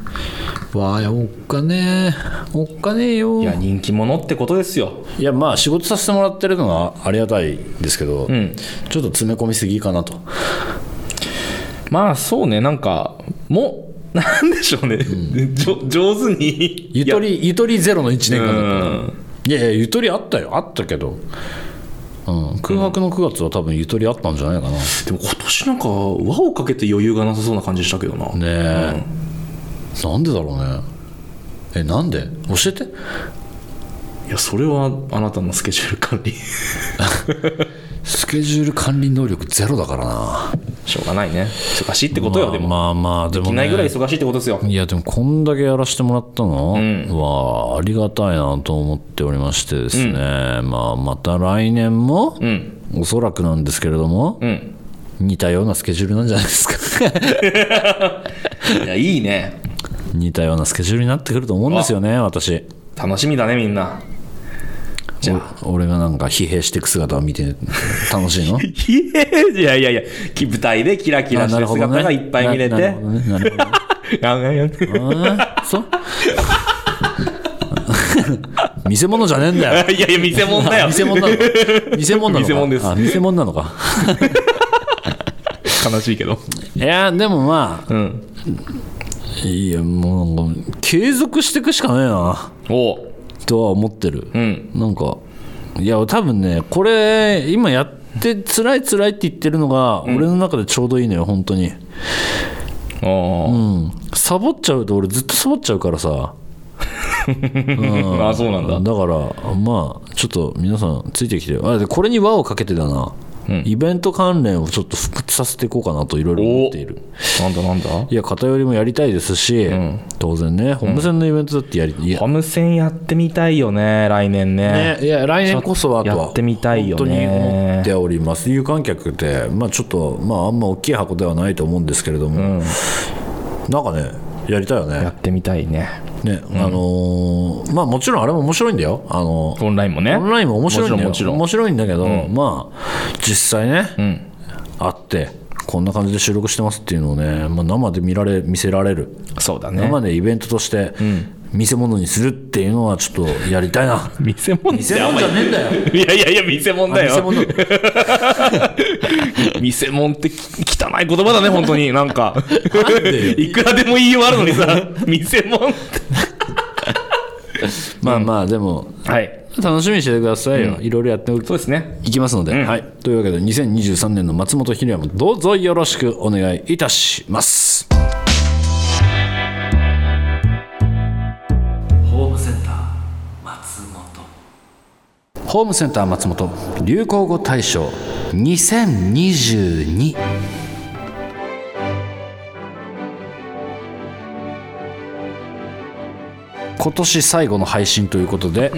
A: わあいやおっかねえおっかねえよ
B: い
A: い
B: や
A: や
B: 人気者ってことですよ
A: まあ仕事させてもらってるのはありがたいですけど、ちょっと詰め込みすぎかなと
B: まあそうねなんかもうなんでしょうね、 じょ上手に
A: ゆ
B: いや
A: とりゆとりゼロの1年間
B: う
A: だった
B: ん
A: いやいやゆとりあったよあったけど、うん、空白の9月は多分ゆとりあったんじゃないかな、
B: でも今年なんか輪をかけて余裕がなさそうな感じしたけどな、
A: ねえ、なんでだろうねえなんで教えて
B: いやそれはあなたのスケジュール管理 し
A: スケジュール管理能力ゼロだからな
B: ょうがないね忙しいってことよ、でも、
A: まあまあでも、ね、
B: いないぐらい忙しいってことですよ
A: いやでもこんだけやらせてもらったのはありがたいなと思っておりましてですね、まあ、また来年も、
B: ん
A: おそらくなんですけれども、
B: うん
A: 似たようなスケジュールなんじゃないですか
B: いやいいね
A: 似たようなスケジュールになってくると思うんですよね私
B: 楽しみだねみんなじゃあ
A: お俺がなんか疲弊していく姿を見て楽し いの
B: いやいやいやき舞台でキラキラし
A: あな
B: た
A: るほどね
B: 姿がいっぱい見れて、
A: ななるほどねなるほどね
B: あいやいや
A: あーそう 見せ物じゃねえんだよ
B: いやいや見せ物 だよ
A: 見せ物なの か見せ物なのか
B: 見せ物です
A: あ見せ物なのか
B: 悲しいけど
A: いやでもまあ
B: うん
A: いやもうなんか継続していくしかねえな
B: おう
A: とは思ってる、
B: うん
A: なんかいや多分ねこれ今やって辛い辛いって言ってるのが俺の中でちょうどいいのよ本当に
B: ああ、
A: うんサボっちゃうと俺ずっとサボっちゃうからさ
B: あそうなんだ
A: だからまあちょっと皆さんついてきてよあでこれに輪をかけてだな、イベント関連をちょっと復活させていこうかなといろいろ思っている
B: なんだなんだ
A: いや偏りもやりたいですし、当然ねホームセンのイベントだってやり、いや
B: ハム戦やってみたいよね来年ね
A: ね、いや来年こそはとは
B: やってみたいよね
A: 本当に思っております有観客で、まあ、ちょっと、まあ、あんま大きい箱ではないと思うんですけれども、なんかねやりたいよ
B: や
A: ね
B: ってみたいね
A: ね、あのーまあもちろんあれも面白いんだよあの
B: オンラインもね
A: オンラインも面白いんだよ
B: もちろんも
A: 面白いんだけど、まあ実際ね、会ってこんな感じで収録してますっていうのをね、まあ、生で見られ見せられる
B: そうだね
A: 生でイベントとして見せ物にするっていうのはちょっとやりたいな
B: 見せ物
A: 見せ物じゃねえんだよ
B: いやいやいや、見せ物だ
A: 見せ
B: よ。
A: 物
B: 見せ物ってき汚い言葉だね、本 当に。なんか。
A: で
B: いくらでも言いようあるのに さ、見せ物って。
A: まあまあでも
B: はい。
A: 楽しみにしててくださいよ、いろいろやって
B: そうですね。
A: いきますので、はい、というわけで2023年の松本ひりやもどうぞよろしくお願いいたしますホームセンター松本流行語大賞2022今年最後の配信ということで、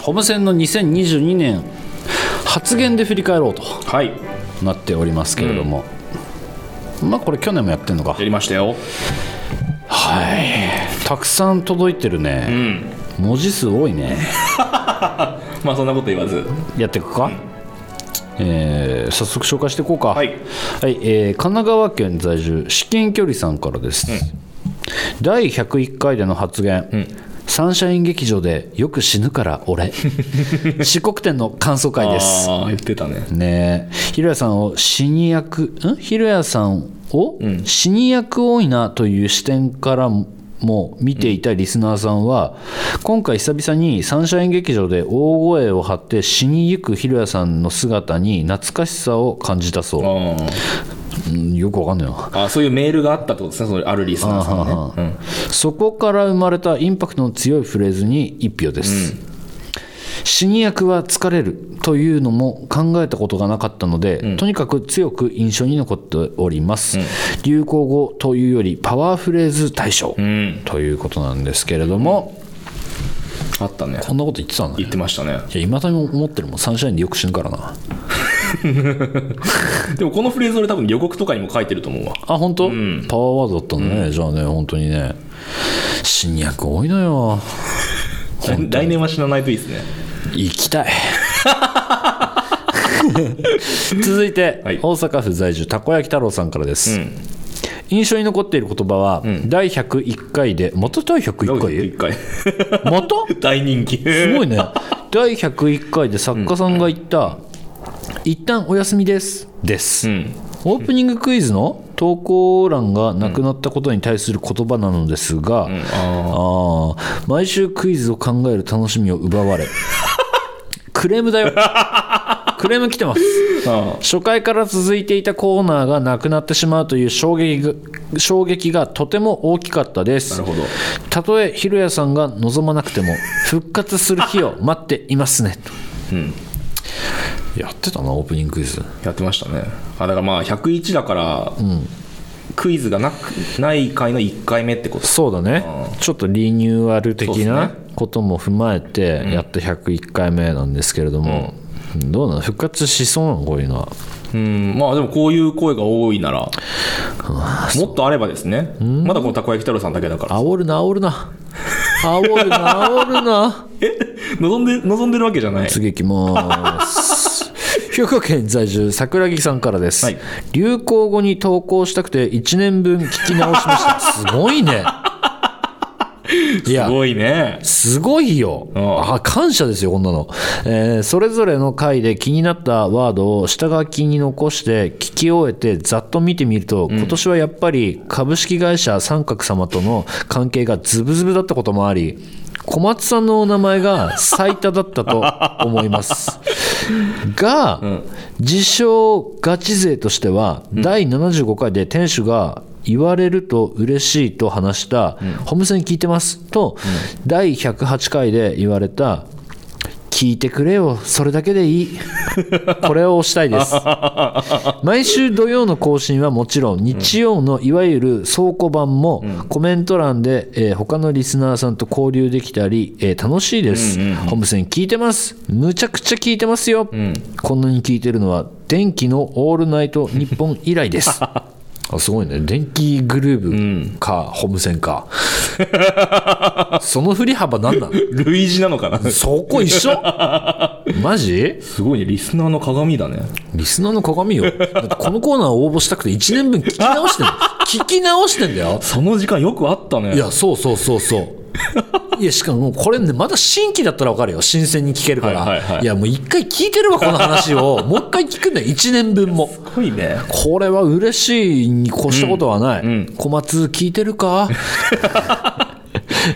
A: ホームセンの2022年発言で振り返ろうと
B: はい。や
A: なっておりますけれども、まあこれ去年もやってんのか
B: りましたよ。
A: はいたくさん届いてるね、文字数多いね
B: まあ、そんなこと言わず。
A: やっていくか、えー早速紹介していこうか
B: はい、
A: はいえー神奈川県在住至近距離さんからです、第101回での発言、サンシャイン劇場でよく死ぬから俺四国展の感想会です
B: ああ、言ってたね。
A: ねえひろやさんを死に役んひろやさんを死に役多いなという視点からも見ていたリスナーさんは、今回久々にサンシャイン劇場で大声を張って死にゆくひろやさんの姿に懐かしさを感じたそう、
B: あ
A: うんよくわかんないな
B: あ、そういうメールがあったってことですね、そのあるリスナーさん
A: あ
B: のね。
A: そこから生まれたインパクトの強いフレーズに一票です、死に役は疲れるというのも考えたことがなかったので、とにかく強く印象に残っております、流行語というよりパワーフレーズ大賞、
B: うん。うん。
A: ということなんですけれども、
B: あったね。
A: こんなこと言ってたんだね
B: 言ってましたね。
A: いや今だに思ってるもんサンシャインでよく死ぬからな
B: でも、このフレーズ俺多分予告とかにも書いてると思うわ。
A: あ本当、パワーワードだったのね、じゃあね本当にね死に役多いのよ
B: 来年は死なないといいですね。
A: 行き たい続いて、
B: はい
A: 大阪府在住たこ焼き太郎さんからです、印象に残っている言葉は、第101回でまた第101回
B: 一回。
A: また
B: 大人 気。
A: すごいね第101回で作家さんが言った「一旦お休みです」です、
B: ん
A: オープニングクイズの投稿欄がなくなったことに対する言葉なのですが、ああ毎週クイズを考える楽しみを奪われ クレームだ よクレーム来てます
B: あ
A: 初回から続いていたコーナーがなくなってしまうという衝撃が衝撃がとても大きかったです
B: あなるほど。
A: たとえひろやさんが望まな くても復活する日を待っていますねと、やってたなオープニングクイズ
B: やってましたねあだからまあ101だから、クイズがなくない回の1回目ってこと
A: そうだねちょっとリニューアル的
B: そうっ
A: な
B: す
A: ことも踏まえてやった101回目なんですけれども、どうなの復活しそうなのこういうのは
B: うんまあでもこういう声が多いならもっとあればですねまだこのたこ焼き太郎さんだけだから
A: 煽るな煽るな煽るな煽るな
B: え望んで望んでるわけじゃない
A: 次行きます。兵庫県在住桜木さんからです、
B: はい
A: 流行語に投稿したくて1年分聞き直しましたすごい ねいや
B: すごいね
A: すごいよ。
B: ん
A: あ、感謝ですよ、こんなの。えーそれぞれの回で気になったワードを下書きに残して聞き終えてざっと見てみると、今年はやっぱり株式会社三角様との関係がズブズブだったこともあり、小松さんのお名前が最多だったと思います。が、自称ガチ勢としては、第75回で店主が言われると嬉しいと話した、ホームセン聞いてますと、第108回で言われた、聞いてくれよ、それだけでい い。これを押したい です。毎週土曜の更新はもちろん日曜のいわゆる倉庫版もコメント欄で、えー他のリスナーさんと交流できたり、えー楽しいです、ホームセン聞いてますむちゃくちゃ聞いてますよ、こんなに聞いてるのは電気のオールナイト日本以来です あすごいね電気グルーヴか、ホームセンか その振り幅何な の
B: 類似なのかな
A: そこ一緒マジ
B: すごいねリスナーの鏡だね
A: リスナーの鏡よ。だってこのコーナー応募したくて1年分聞き直してんの。聞き直してんだよ。
B: その時間よくあったね
A: いや、そうそうそうそう。いや、しかもこれね、まだ新規だったらわかるよ。新鮮に聞けるから。
B: はいいはいはい
A: や、もう一回聞いてるわ、この話を。もう一回聞くんだよ、1年分も。
B: すごいね
A: これは嬉しいに越したことはない。小松、聞いてる か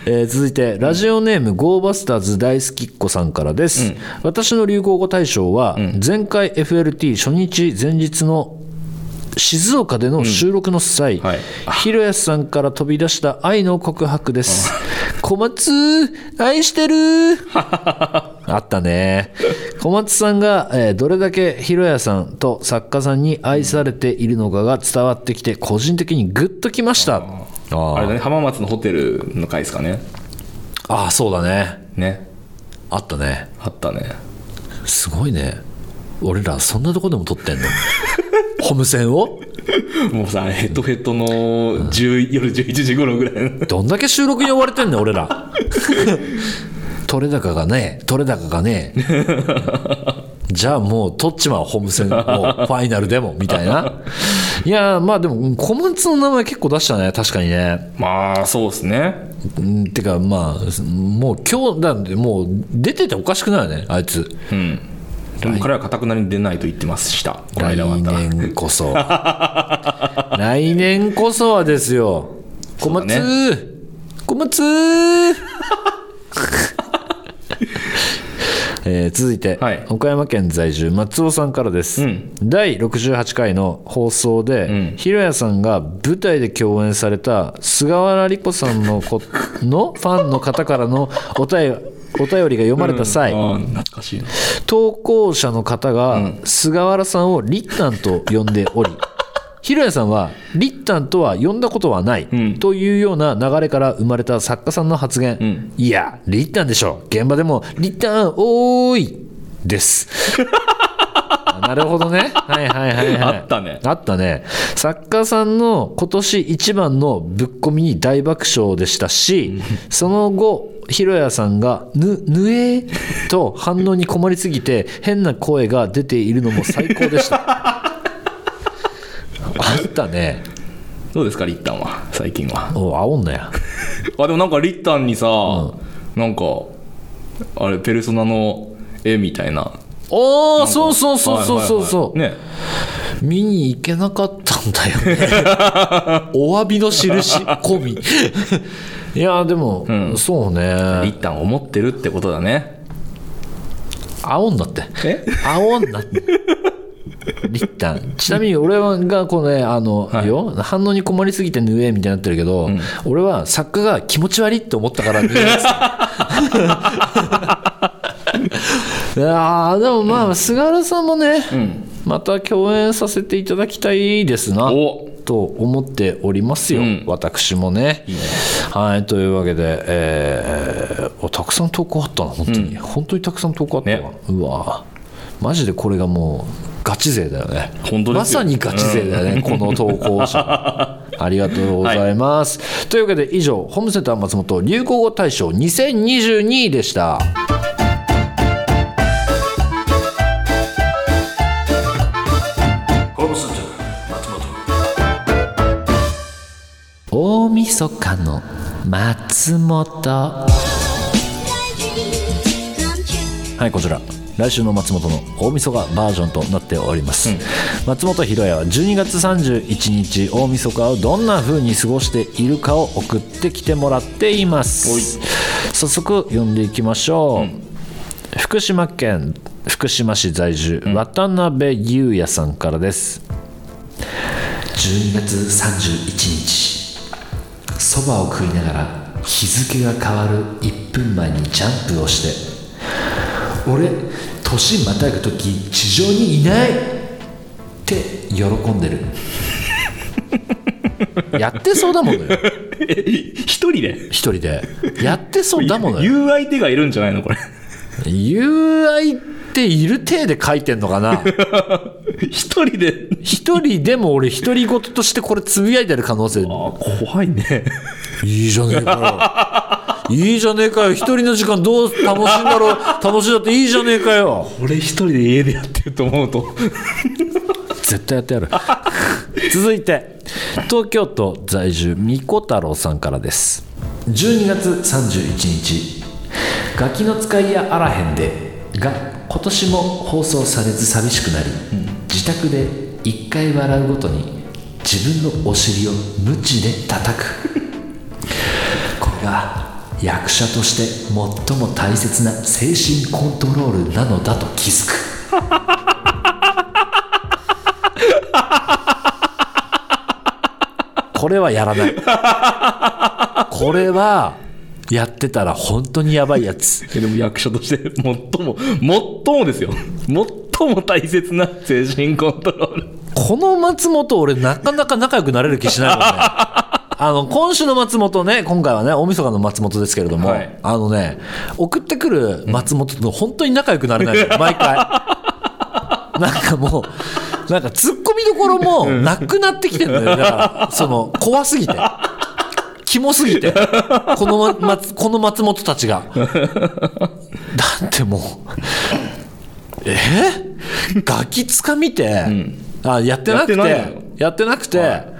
A: えー続いてラジオネーム、ゴーバスターズ大好きっ子さんからです、私の流行語大賞は、前回 FLT 初日前日の静岡での収録の際、
B: はい
A: ひろやすさんから飛び出した愛の告白です。小松、愛してるあったね。小松さんが、えーどれだけひろやさんと作家さんに愛されているのかが伝わってきて、個人的にグッときました。あ
B: あれ
A: ー
B: だね浜松のホテルの回ですかね
A: あー、そうだね。
B: ね
A: あったね。
B: あったね
A: すごいね。俺らそんなとこでも撮ってんの ホームセンを
B: もうさヘトヘトの10夜11時頃ぐらいの
A: どんだけ収録に追われてんねん、俺ら。取れ高がね、取れ高がね。じゃあもう取っちまう、ホームセンもうファイナルでも、みたいな。いやー、まあでも、小松の名前結構出したね、確かにね。
B: まあそうですね
A: うんてか、まあ、もう今日、なんで、もう出てておかしくないよね、あいつ。
B: うんでも彼はかたくなに出ないと言ってましたこの
A: 来
B: 間はまた
A: 年こ そ。来年こそはですよ。小松、
B: そうだ
A: 小松 えー続いて、
B: はい
A: 岡山県在住松尾さんからです、
B: うん
A: 第68回の放送で、
B: ん
A: ひろやさんが舞台で共演された菅原理子さんのこのファンの方からのお便りお便りが読まれた際、
B: ああ懐かしいな
A: 投稿者の方が菅原さんをリッタンと呼んで おり、ひろやさんはリッタンとは呼んだことはない、
B: ん
A: というような流れから生まれた作家さんの発言、
B: ん
A: いやリッタンでしょ現場でもリッタンおーいです あなるほどねはいはいはいはい
B: あったね
A: あったね。作家さんの今年一番のぶっ込みに大爆笑でしたし、その後、ひろやさんが、ぬ、ぬえーと反応に困りすぎて、変な声が出ているのも最高で した。あったね。
B: どうですかリッタンは最近は
A: おう、あおんな や。
B: あでもなんかリッタンにさ、なんかあれペルソナの絵みたいな
A: おー、そうそうそうそうそうそう。
B: はいはいはい
A: 見に行けなかったんだよ ね。お詫びの印込み。いやーでも、そう
B: ね
A: ね。
B: リッタンを持ってるってことだね
A: あおんなって。
B: え
A: 青になって。リッタンちなみに俺はがこのねあの、よ反応に困りすぎてぬえみたいになってるけど、俺は作家が気持ち悪いって思ったからぬえですいやーでもまあ菅原さんもね、また共演させていただきたいですな
B: お
A: と思っておりますよ、
B: うん
A: 私もねはいというわけで、えーおたくさん投稿あったな本当に、本当にたくさん投稿あったわ、
B: ね
A: うわマジでこれがもうガチ勢だよね
B: 本当ですよ
A: まさにガチ勢だよね、この投稿 者ありがとうございます、というわけで以上ホームセンター松本流行語大賞2022でした大晦日の松本はいこちら来週の松本の大晦日バージョンとなっております、松本ひろやは12月31日大晦日をどんな風に過ごしているかを送ってきてもらっています早速読んでいきましょう、福島県福島市在住、渡辺裕也さんからです
C: 12月31日そばを食いながら日付が変わる1分前にジャンプをして俺年またぐ時地上にいないって喜んでるやってそうだものよ
B: え一人で
A: 一人でやってそうだも のよ
B: 言う相手がいるんじゃないのこれ
A: 友愛っている体で書いてんのかな
B: 一人で
A: 一人でも俺独り言としてこれつぶやいてる可能性
B: あ怖 いね
A: いいじゃねえかよいいじゃねえかよ一人の時間どう楽しんだろう楽しんだっていいじゃねえかよ
B: 俺一人で家でやってると思うと
A: 絶対やってやる 続いて東京都在住みこ太郎さんからです
C: 12月31日「ガキの使いやあらへんで」が今年も放送されず寂しくなり、自宅で1回笑うごとに自分のお尻をムチで叩くこれが役者として最も大切な精神コントロールなのだと気づく
A: これはやらない これはやってたら本当にやばいやつ
B: でも役者として最も最もですよ最も大切な精神コントロール
A: この松本俺なかなか仲良くなれる気し ないもんねあの今週の松本ね今回はね大晦日の松本ですけれども、
B: はい
A: あのね送ってくる松本と本当に仲良くなれないの よ毎回なんかもうなんかツッコミどころもなくなってきてるんだよだからその怖すぎてキモすぎ てこの,、ま、松この松本たちがだってもうえガキつかみて、あやってなくて
B: やって
A: や
B: ない
A: ってな
B: の
A: くて、
B: はい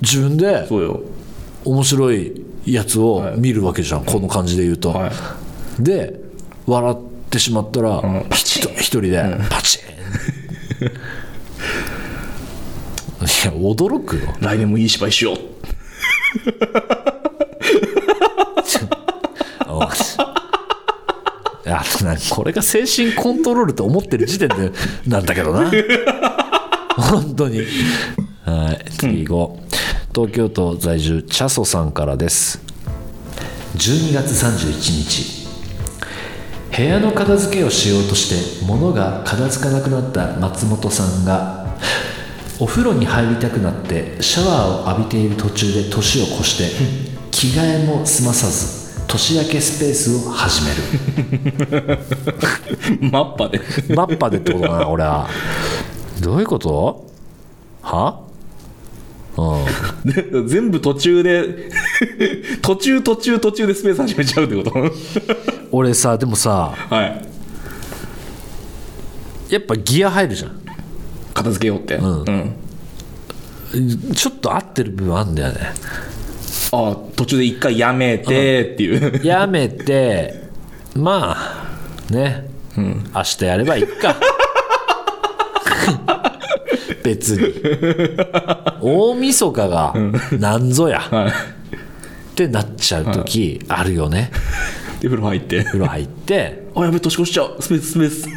A: 自分で
B: そうよ
A: 面白いやつを見るわけじゃん、この感じで言うと、
B: は
A: で笑ってしまったら、
B: ん
A: パチッと一人で、パチンいや驚くよ
B: 来年もいい芝居しよう
A: おいあなこれが精神コントロールと思ってる時点でなんだけどな本当にはい次行こう、東京都在住チャソさんからです
C: 12月31日部屋の片付けをしようとして物が片付かなくなった松本さんがお風呂に入りたくなってシャワーを浴びている途中で年を越して着替えも済まさず年明けスペースを始める
B: マッパで
A: マッパでってことかな俺はどういうことはうん
B: で全部途中で 途中途中途中でスペース始めちゃうってこと
A: 俺さでもさ
B: はい
A: やっぱギア入るじゃん
B: 片付けようってうん、
A: ちょっと合ってる部分あんだよね
B: ああ途中で一回やめてっていう、
A: やめてまあね、明日やればいい か別に大晦日がなんぞや、
B: は
A: っ
B: い
A: てなっちゃう時あるよね、
B: で風呂入って
A: 風呂入って
B: あやべ年越しちゃうスペーススペース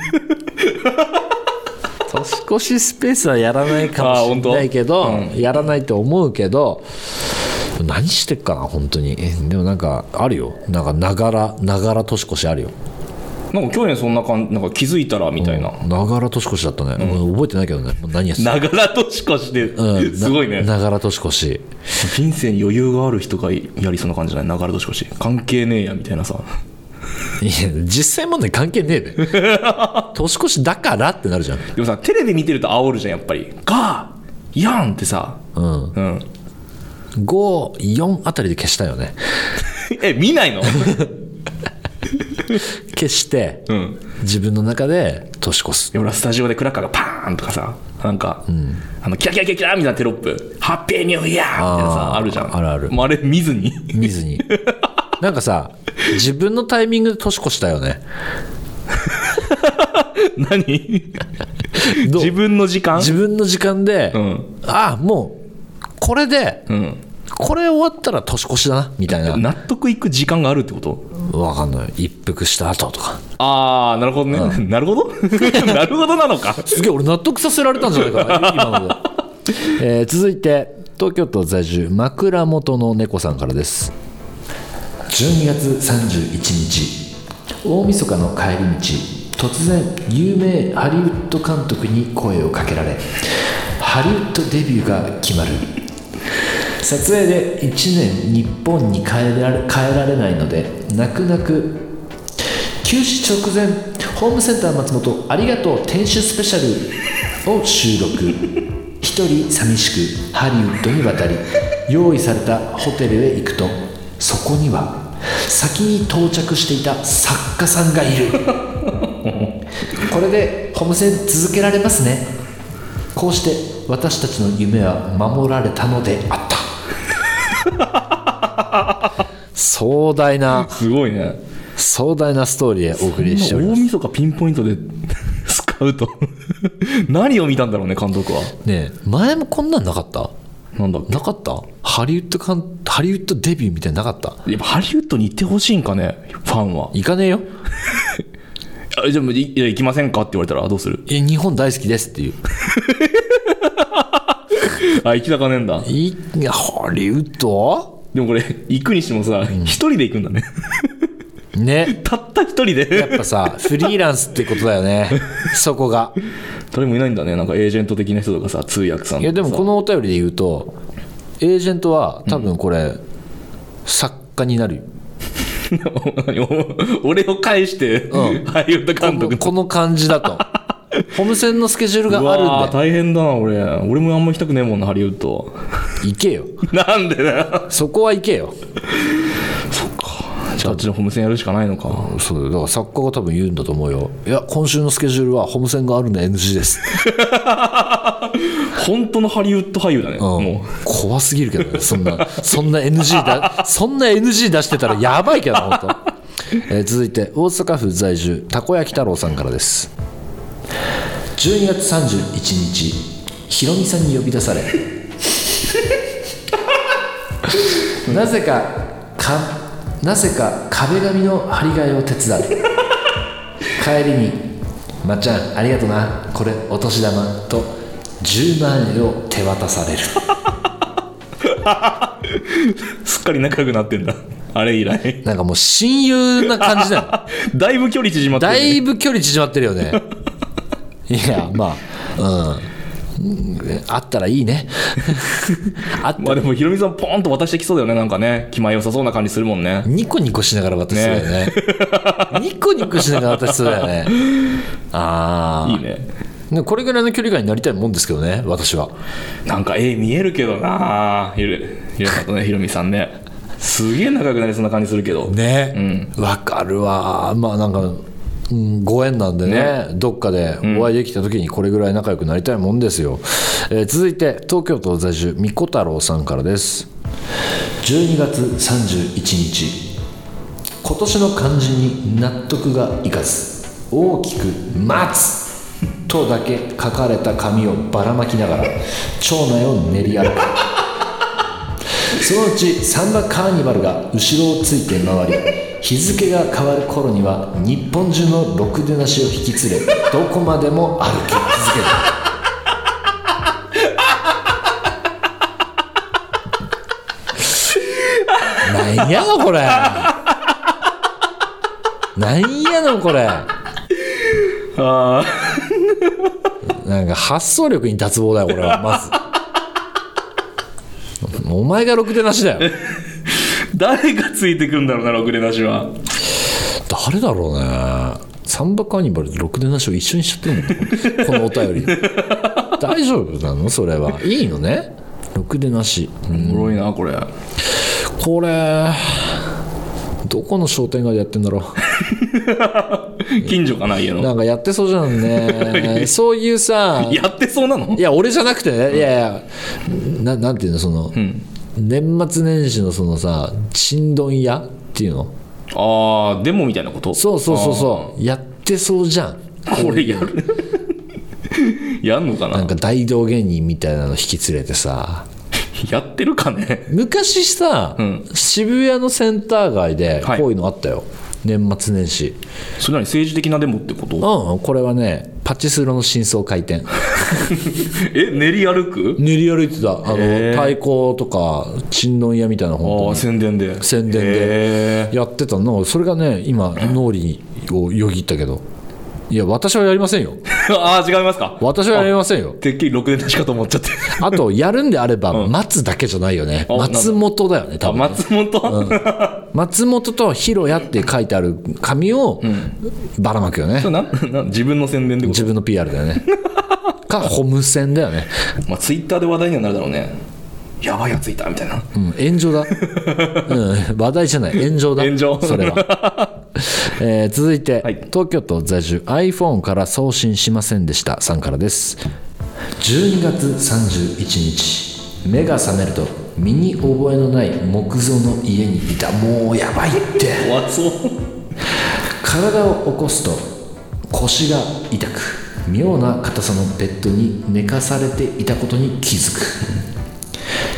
A: 年越しスペースはやらないかもしれないけ
B: あ
A: ど、
B: 本当
A: やらないと思うけど何してっかな本当にでもなんかあるよなんかながらながら年越しあるよ
B: なんか去年そんな感じなんか気づいたらみたいな、
A: ながら年越しだったね、もう覚えてないけどねもう何やってた
B: ながら年越しで、
A: うん
B: すごいね
A: なながら年越し
B: 人生に余裕がある人がやりそうな感じじゃないながら年越し関係ねえやみたいなさ
A: いや実際問題関係ねえで 年越しだからってなるじゃん
B: でもさテレビ見てると煽るじゃんやっぱり「がやん!」ってさ
A: うん
B: うん
A: 54あたりで消したよね
B: え見ないの
A: 消して、
B: うん
A: 自分の中で年越す
B: で俺はスタジオでクラッカーがパーンとかさなんか、あのキラキラキラキラみたいなテロップ「ハッピーニューイヤー!」みたいなさ
A: あー
B: あるじゃん
A: あるある
B: もうあれ見ずに
A: 見ずになんかさ自分のタイミングで年越したよね
B: 何
A: どう
B: 自分の時間
A: 自分の時間で、
B: ん
A: ああもうこれで、
B: うん
A: これ終わったら年越しだなみたいな
B: 納得いく時間があるってこと
A: わかんない一服した後とか
B: ああ なるほどね、なるほどなるほどなのか
A: すげえ俺納得させられたんじゃないかな今のでえー続いて東京都在住枕元の猫さんからです
C: 12月31日大晦日の帰り道突然有名ハリウッド監督に声をかけられハリウッドデビューが決まる撮影で1年日本に帰られ帰られないので泣く泣く休止直前ホームセンター松本ありがとう店主スペシャルを収録一人寂しくハリウッドに渡り用意されたホテルへ行くとそこには先に到着していた作家さんがいるこれでホームセン続けられますねこうして私たちの夢は守られたのであ った
A: 壮大な
B: すごいね
A: 壮大なストーリーでお送りしておりま
B: 大
A: す
B: 晦日ピンポイントで スカウト 何を見たんだろうね監督は
A: ねえ前もこんなんなかった
B: なんだっけ
A: なかったハリウッドかんハリウッドデビューみたいなのなかった
B: やっぱハリウッドに行ってほしいんかねファンは
A: 行かねえよ
B: あじゃあもういいや行きませんかって言われたらどうする
A: いや日本大好きですっていう
B: あ行きたかねえんだ
A: いいやハリウッド
B: でもこれ行くにしてもさ一、人で行くんだね
A: ね
B: たった一人
A: やっ
B: で
A: ぱさフリーランスってことだよねそこが
B: 誰もいないんだねなんかエージェント的な人とかさ通訳さんとかさ
A: いやでもこのお便りで言うとエージェントは多分これ、作家になるよ
B: 何 お俺を返して、
A: うん
B: ハリウッド監督
A: このこの感じだ とホームセンのスケジュールがあるん
B: うわー
A: だよ
B: 大変だな俺俺もあんま行きたくねえもんなハリウッド
A: 行けよ
B: なんでだよ
A: そこは行けよ
B: じゃああっちのホームセンやるしかないのか
A: そうだよだから作家が多分言うんだと思うよいや今週のスケジュールはホームセンがあるんで NG です、
B: 本当のハリウッド俳優だね、
A: うん
B: も
A: 怖すぎるけどねそんなそんな NG だそんな NG 出してたらやばいけどな本当えー続いて大阪府在住たこ焼き太郎さんからです
C: 12月31日ひろみさんに呼び出 されなぜかかなぜか壁紙の張り替えを手伝う帰りに「まっちゃんありがとなこれお年玉」と10万円を手渡される
B: うすっかり仲良くなってんだ あれ以来
A: なんかもう親友な感じだよ
B: だいぶ距離縮まってる
A: だ
B: ね、
A: いぶ距離縮まってるよねいやまあうんうんあったらいいねあっ
B: まあでもヒロミさんポーンと渡してきそうだよねなんかね気前良さそうな感じするもんね
A: ニコニコしながら渡しそうだよねニコニコしながら渡しそうだよねあ
B: いいね
A: あ、ね、これぐらいの距離感になりたいもんですけどね私は
B: なんか絵見えるけどなヒロヒロさんとねヒロミさんねすげえ仲良くなりそうな感じするけど
A: ねわ、かるわまあなんか、うん、ご縁なんでねどっかでお会いできた時にこれぐらい仲良くなりたいもんですよ、えー続いて東京都在住みこ太郎さんからです
C: 12月31日今年の漢字に納得がいかず大きく「待つ」とだけ書かれた紙をばらまきながら町内を練り歩くそのうちサンバカーニバルが後ろをついて回り日付が変わる頃には日本中のろくでなしを引き連れどこまでも歩き続ける
A: なんやのこれ。なんやのこれ。
B: あ
A: なんか発想力に脱帽だよ、これは、まず。お前がろくでなしだよ。
B: ー誰がついてくんだろうなろくでなしは
A: 誰だろうね。サンバカーニバルでろくでなしを一緒にしちゃってんのこ のお便り。大丈夫なのそれは。いいのね。ろくでなし。
B: おもろいなこれ
A: これ、どこの商店街でやってんだろう。
B: 近所かな 家の
A: なんかやってそうじゃんね。そういうさ、
B: やってそうなの
A: いや俺じゃなくてねいやいやななんていうのその、年末年始のそのさちんどん屋っていうの
B: ああデモみたいなこと
A: そうそうそうそうやってそうじゃん
B: これやるやんのかな
A: なんか大道芸人みたいなの引き連れてさ
B: やってるかね
A: 昔さ、
B: ん
A: 渋谷のセンター街で
B: はい
A: こういうのあったよ、年末年始
B: それなりに政治的なデモってこと
A: うんこれはねパチスロの真相回 転
B: え練り歩く
A: 練り歩いてたあの
B: へー
A: 太鼓とかちんどん屋みたいな本当
B: あ
A: に
B: あ宣伝で
A: 宣伝で
B: へえ
A: やってたのそれがね今脳裏をよぎったけどいや私はやりませんよ
B: ああ違いますか
A: 私はやりませんよ
B: てっきり6年のしかと思っちゃって
A: あとやるんであれば松だけじゃないよね、
B: あなんだ
A: 松本だよね多
B: あ
A: 分ね
B: 松本、
A: 松本と広谷って書いてある紙をばらまくよね、
B: なん、なん自分の宣伝ってこ
A: 自分の PR だよ ねかホームセンだよね、
B: とまあツイッターで話題にはなるだろうねやばいやついたみたいな
A: うん、炎上だ、うん、話題じゃない炎上だ
B: 炎上
A: それは、 えー続いて、
B: はい
A: 東京都在住 iPhone から送信しませんでしたさんからです
C: 12月31日目が覚めると身に覚えのない木造の家にいたもうやばいって
B: 怖そう
C: 体を起こすと腰が痛く妙な硬さのベッドに寝かされていたことに気づく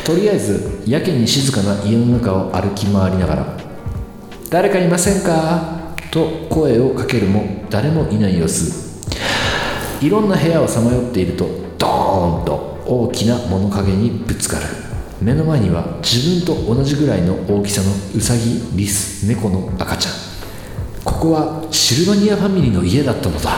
C: とりあえずやけに静かな家の中を歩き回りながら「誰かいませんか?」と声をかけるも誰もいない様子いろんな部屋をさまよっているとドーンと大きな物陰にぶつかる目の前には自分と同じぐらいの大きさのウサギリス猫の赤ちゃんここはシルバニアファミリーの家だったのだ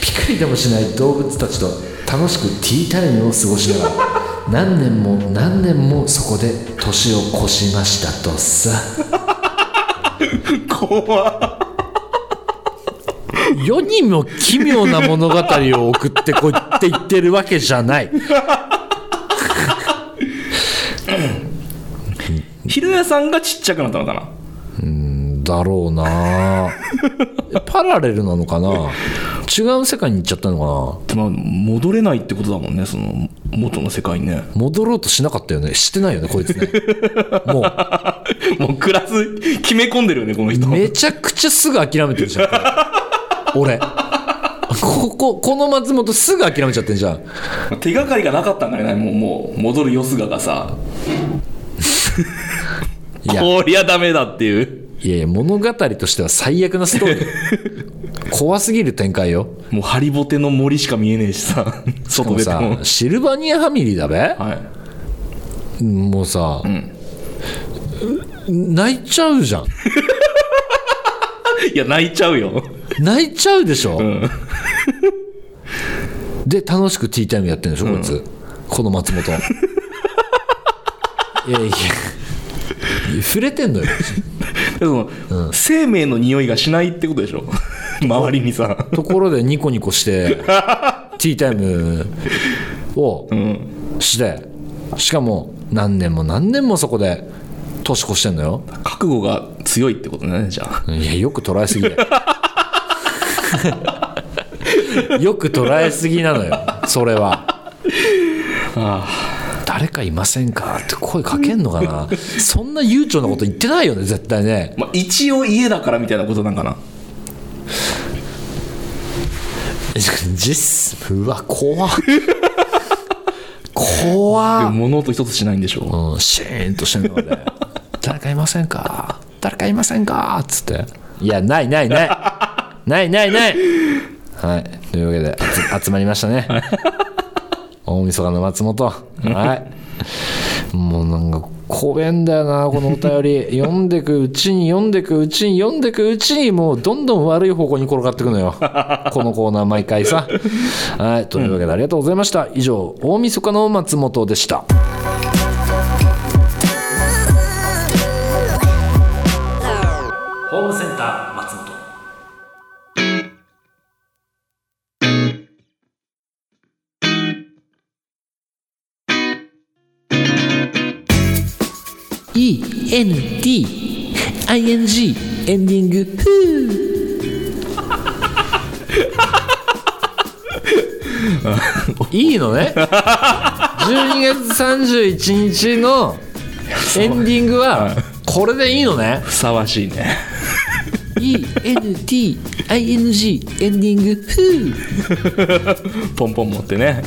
C: ピクリでもしない動物たちと楽しくティータイムを過ごしながら何年も何年もそこで年を越しましたとさ
B: 怖
A: 世にも奇妙な物語を送ってこいって言ってるわけじゃない
B: ひろやさんがちっちゃくなったのかな
A: だろうなパラレルなのかな違う世界に行っちゃったのかな
B: まあ戻れないってことだもんねその元の世界にね
A: 戻ろうとしなかったよねしてないよねこいつねも
B: もうクラス決め込んでるよねこの人
A: うめちゃくちゃすぐ諦めてるじゃんこれ俺こここの松本すぐ諦めちゃってんじゃん
B: 手がかりがなかったんだよねもうもう戻るよすががさ
A: いや
B: こりゃダメだっていう
A: いやいや物語としては最悪なストーリー怖すぎる展開よ
B: もうハリボテの森しか見えねえし
A: し
B: さ
A: か
B: 外
A: も
B: 出ても
A: さシルバニアファミリーだべ
B: はい
A: もうさ、泣いちゃうじゃん
B: いや、泣いちゃうよ。
A: 泣いちゃうでしょ、
B: ん
A: で楽しくティータイムやってるんでしょ、こいつこの松本いやいや触れてんのよ
B: でも、生命の匂いがしないってことでしょ周りにさ。
A: ところでニコニコしてティータイムを
B: うん。
A: してしかも何年も何年もそこで年越してんのよ
B: 覚悟が強いってことね、じゃあ。
A: いやよく捉えすぎだよ よく捉えすぎなのよそれは誰かいませんかって声かけんのかなそんな悠長なこと言ってないよね絶対 ね
B: まあ、一応家だからみたいなことなんかな。
A: 実うわ怖っ怖
B: でも
A: っ
B: 物音一つしないんでしょ。
A: うん、シーンとしてるので 誰かいませんか誰かいませんかっつっていやないない ないないないないはいというわけ であつ集まりましたね大晦日の松本はいもうなんか怖えんだよなこのお便り読んでくうちに読んでくうちに読んでくうちにもうどんどん悪い方向に転がってくのよこのコーナー毎回さはいというわけでありがとうございました以上大晦日の松本でした END ING エンディングふう いいのね12月31日のエンディングはこれでいいのね
B: ふさわしいね。
A: ENDING エンディングふ
B: ポンポン持ってね。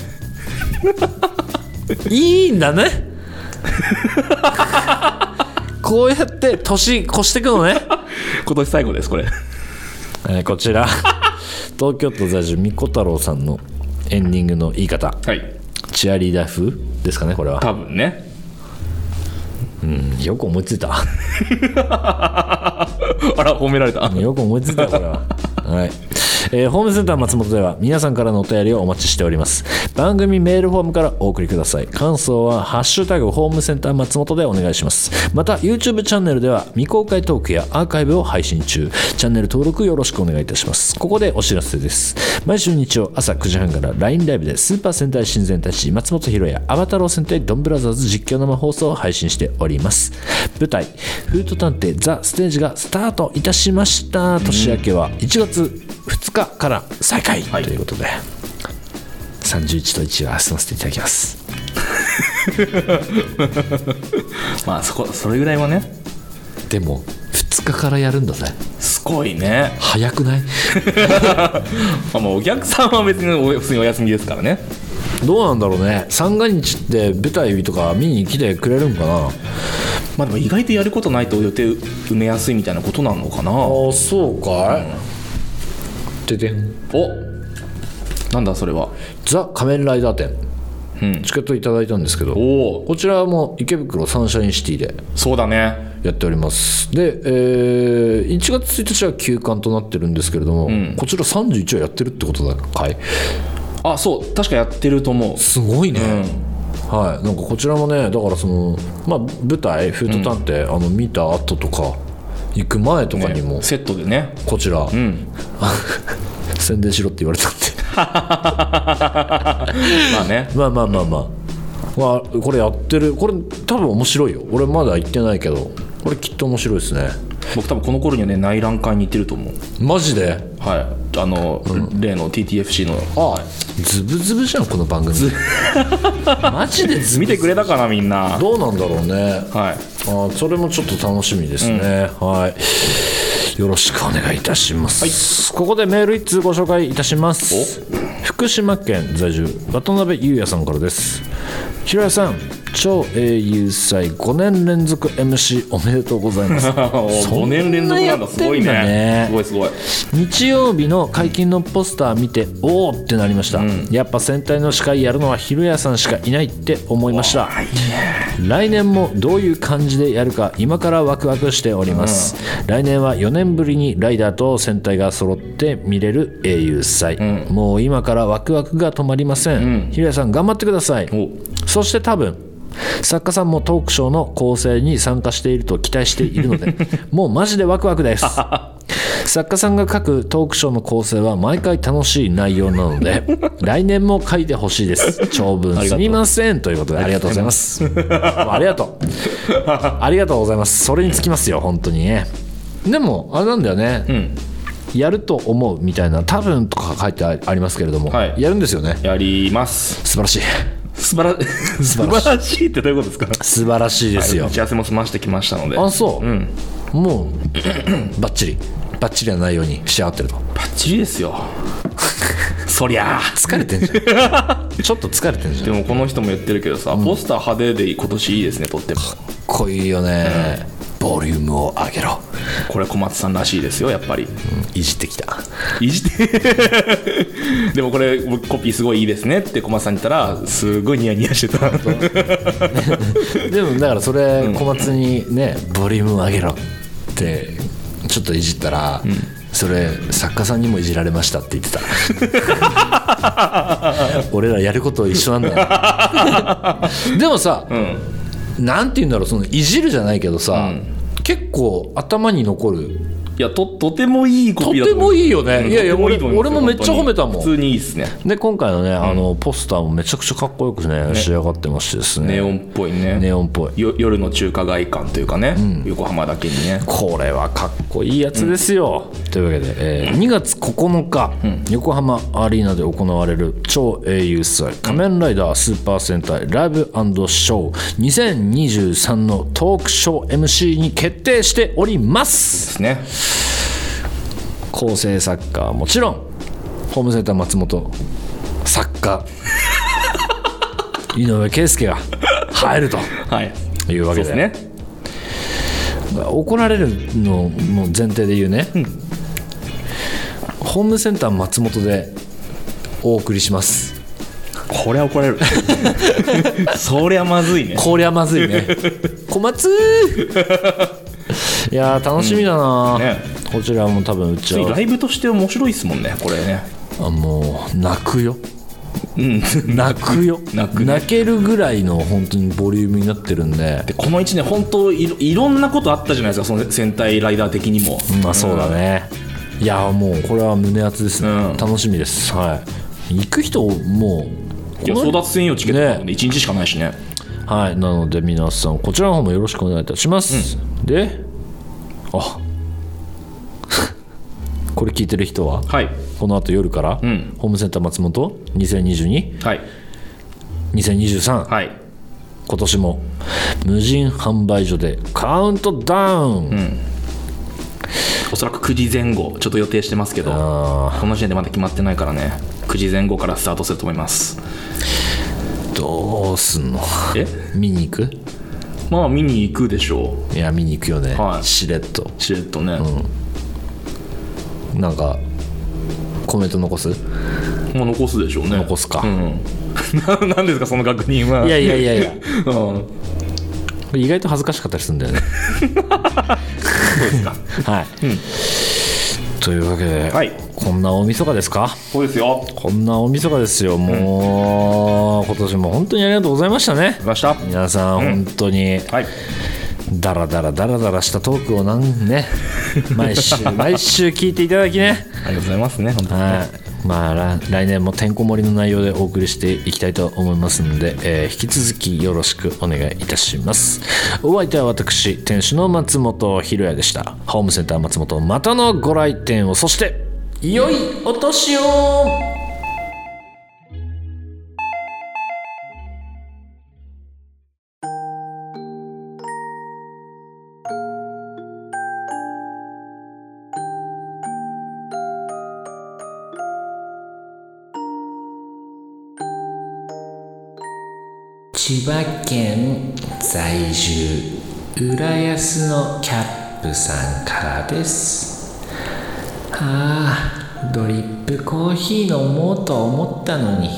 A: ういいんだねこうやって年越してくのね。
B: 今年最後ですこれ
A: えーこちら東京都在住みこ太郎さんのエンディングの言い方
B: はい
A: チアリーダー風ですかねこれは
B: 多分ね
A: よく思いついた
B: あら褒められた
A: よく思いついたこれははいえーホームセンター松本では皆さんからのお便りをお待ちしております番組メールフォームからお送りください感想は「ハッシュタグホームセンター松本」でお願いしますまた YouTube チャンネルでは未公開トークやアーカイブを配信中チャンネル登録よろしくお願いいたしますここでお知らせです毎週日曜朝9時半から LINE ライブでスーパー戦隊新戦隊士松本博也アバタロー戦隊ドンブラザーズ実況生放送を配信しております舞台「フート探偵ザ・ステージ」がスタートいたしました年明けは1月2日から再開ということで、31と1は済ませていただきます
B: まあそこそれぐらいはね
A: でも2日からやるんだぜ
B: すごいね
A: 早くない
B: まあもうお客さんは別にお普通にお休みですからね
A: どうなんだろうね三が日って舞台とか見に来てくれるんかな
B: まあでも意外とやることないと予定埋めやすいみたいなことなのかなお
A: あそうかい、ででん
B: なんだそれは
A: ザ・仮面ライダー展、
B: うん
A: チケットいただいたんですけどこ
B: おお
A: ちらも池袋サンシャインシティで
B: そうだね
A: やっておりますで、えー1月1日は休館となってるんですけれども、こちら31はやってるってことだかい
B: あそう確かやってると思う
A: すごいね、はいなんかこちらもねだからその、まあ、舞台「フート探偵」あの見た後とか行く前とかにも、
B: ねセットでね
A: こちら、 宣伝しろって言われたんで
B: まあね
A: まあまあまあまあ、まあ、これやってるこれ多分面白いよ俺まだ行ってないけどこれきっと面白いですね
B: 僕多分この頃にはね内覧会に行ってると思う
A: マジで
B: はいあの、例の TTFC の
A: あズブズブじゃんこの番組マジでズ
B: 見
A: ブ
B: てくれたかなみんな
A: どうなんだろうね
B: はい
A: あそれもちょっと楽しみですね、はいよろしくお願いいたします、ここでメール一通ご紹介いたします福島県在住渡辺裕也さんからですひろやさん超英雄祭5年連続 MC おめでとうございます
B: 5年連続なんだすごい
A: そんなやってんだね
B: ねすごいすごい
A: 日曜日の解禁のポスター見ておおってなりました、やっぱ戦隊の司会やるのはひろやさんしかいないって思いました来年もどういう感じでやるか今からワクワクしております、来年は4年ぶりにライダーと戦隊が揃って見れる英雄祭、もう今からワクワクが止まりません、ひろやさん頑張ってください
B: お
A: そして多分作家さんもトークショーの構成に参加していると期待しているの でもうマジでワクワク です作家さんが書くトークショーの構成は毎回楽しい内容なの で来年も書いてほしいです長文すみませんということでありがとうございます もうありがとうありがとうございますそれにつきますよ本当にねでもあれなんだよね、やると思うみたいな多分とか書いてありますけれども、
B: はい
A: やるんですよね
B: やります
A: 素晴らしい
B: 素晴ら 素晴らしいってどういうことです か
A: 素晴らしいですよ
B: 打ち合わせも済ましてきましたので
A: あ
B: バ
A: そう、もう バッチリバッチリな内容に仕上がってると
B: ッチリですよ そりゃあ
A: 疲れてんじゃんちょっと疲れてんじゃん
B: でもこの人も言ってるけどさ、ポスター派手で今年いいですねとっても
A: 濃いよね、ボリュームを上げろ
B: これ小松さんらしいですよやっぱり
A: いじってきた
B: いじって でもこれ僕コピーすごいいいですねって小松さんに言ったらす ごいニヤニヤしてた
A: でもだからそれ小松にねボリュームを上げろってちょっといじったら、それ作家さんにもいじられましたって言 ってた俺らやること一緒なん だよでもさ、なんて言うんだろうそのいじるじゃないけどさ、結構頭に残る
B: いやととてもいいコ
A: と
B: ピーだ
A: てもいいよね、
B: うん
A: いやいや
B: とても
A: 俺
B: と思います
A: 俺もめっちゃ褒めたも
B: 本
A: ん
B: 当に普通にいいですね
A: で今回のね、あのポスターもめちゃくちゃかっこよくね仕上がってましてですね
B: ネオンっぽいね
A: ネオンっぽい
B: よ夜の中華街感というかね、横浜だけにね
A: これはかっこいいやつですよ、というわけで、えー2月9日、横浜アリーナで行われる超英雄祭「仮面ライダースーパー戦隊ライブショー2023」のトークショー MC に決定しております
B: ですね
A: 構成作家はもちろんホームセンター松本作家井上圭介が入ると
B: はい
A: いうわ
B: そう
A: け
B: で
A: です
B: ね
A: 怒られるのも前提で言うね、ホームセンター松本でお送りします
B: これは怒られる そりゃまずいね
A: こりゃまずい ね小松いやー楽しみだな、
B: うんね
A: こちらも多分うちは
B: ライブとして面白いですもんねこれね
A: あもう泣くよ
B: うん
A: 泣くよ
B: 泣くね
A: けるぐらいの本当にボリュームになってるんで
B: でこの1年本当いろいろんなことあったじゃないですかその戦隊ライダー的にも
A: まあそうだね、いやーもうこれは胸熱ですね、
B: うん
A: 楽しみですはい行く人もう
B: いや
A: この
B: 争奪専用チケットなんで
A: ね
B: 1日しかないしね
A: はいなので皆さんこちらの方もよろしくお願いいたします、であ これ聞いてる人は
B: はい
A: このあと夜から、
B: ん
A: ホームセンター松本20222023、
B: はい
A: 2023
B: はい
A: 今年も無人販売所でカウントダウン、
B: おそらく9時前後ちょっと予定してますけどこの時点でまだ決まってないからね9時前後からスタートすると思います
A: どうすんの
B: え
A: 見に行く
B: まあ見に行くでしょ
A: いや見に行くよね、
B: はい
A: しれっと
B: うしれっとね、
A: なんかコメント残す
B: まあ残すでしょうね
A: 残すか
B: うん ななんですかその確認はい
A: やいやいやいや
B: うんそう
A: 意外と恥ずかしかったりするんだよね
B: ですか
A: はい、というわけで、
B: はい
A: こんな大晦日ですか
B: そうですよ
A: こんな大晦日ですよもう、今年も本当にありがとうございましたね
B: 来ました
A: 皆さん、本当に
B: はい
A: ダラダラダラダラしたトークをなん ね毎週毎週聞いていただきね
B: ありがとうございますね本当に
A: はいまあら来年もてんこ盛りの内容でお送りしていきたいと思いますので、えー引き続きよろしくお願いいたしますお相手は私店主の松本ひろやでしたホームセンター松本またのご来店をそして良いお年を
C: 千葉県在住浦安のキャップさんからですあードリップコーヒー飲もうと思ったのに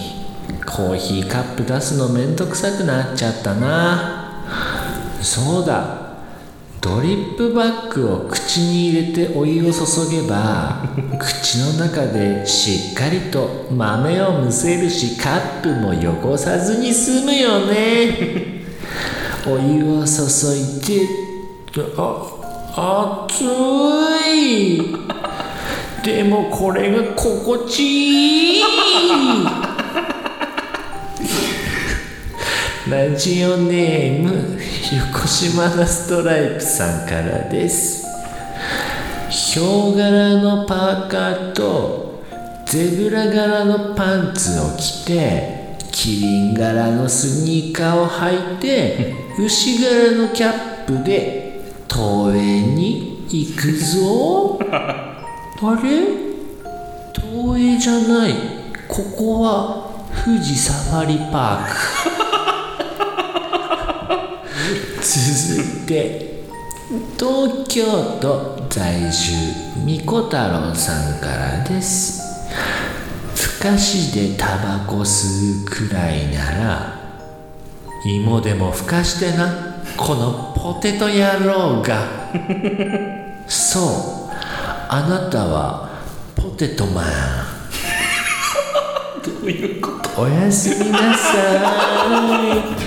C: コーヒーカップ出すのめんどくさくなっちゃったなそうだドリップバッグを口に入れてお湯を注げば口の中でしっかりと豆をむせるしカップも汚さずに済むよねお湯を注いであ熱いでもこれが心地いいラジオネーム横島なストライプさんからですヒョウ柄のパーカーとゼブラ柄のパンツを着てキリン柄のスニーカーを履いて牛柄のキャップで東園に行くぞあれ東映じゃないここは富士サファリパーク続いて東京都在住みこ太郎さんからですふかしでタバコ吸うくらいなら芋でもふかしてなこのポテト野郎がそうあなたはポテトマン
B: どういうこと
C: おやすみなさい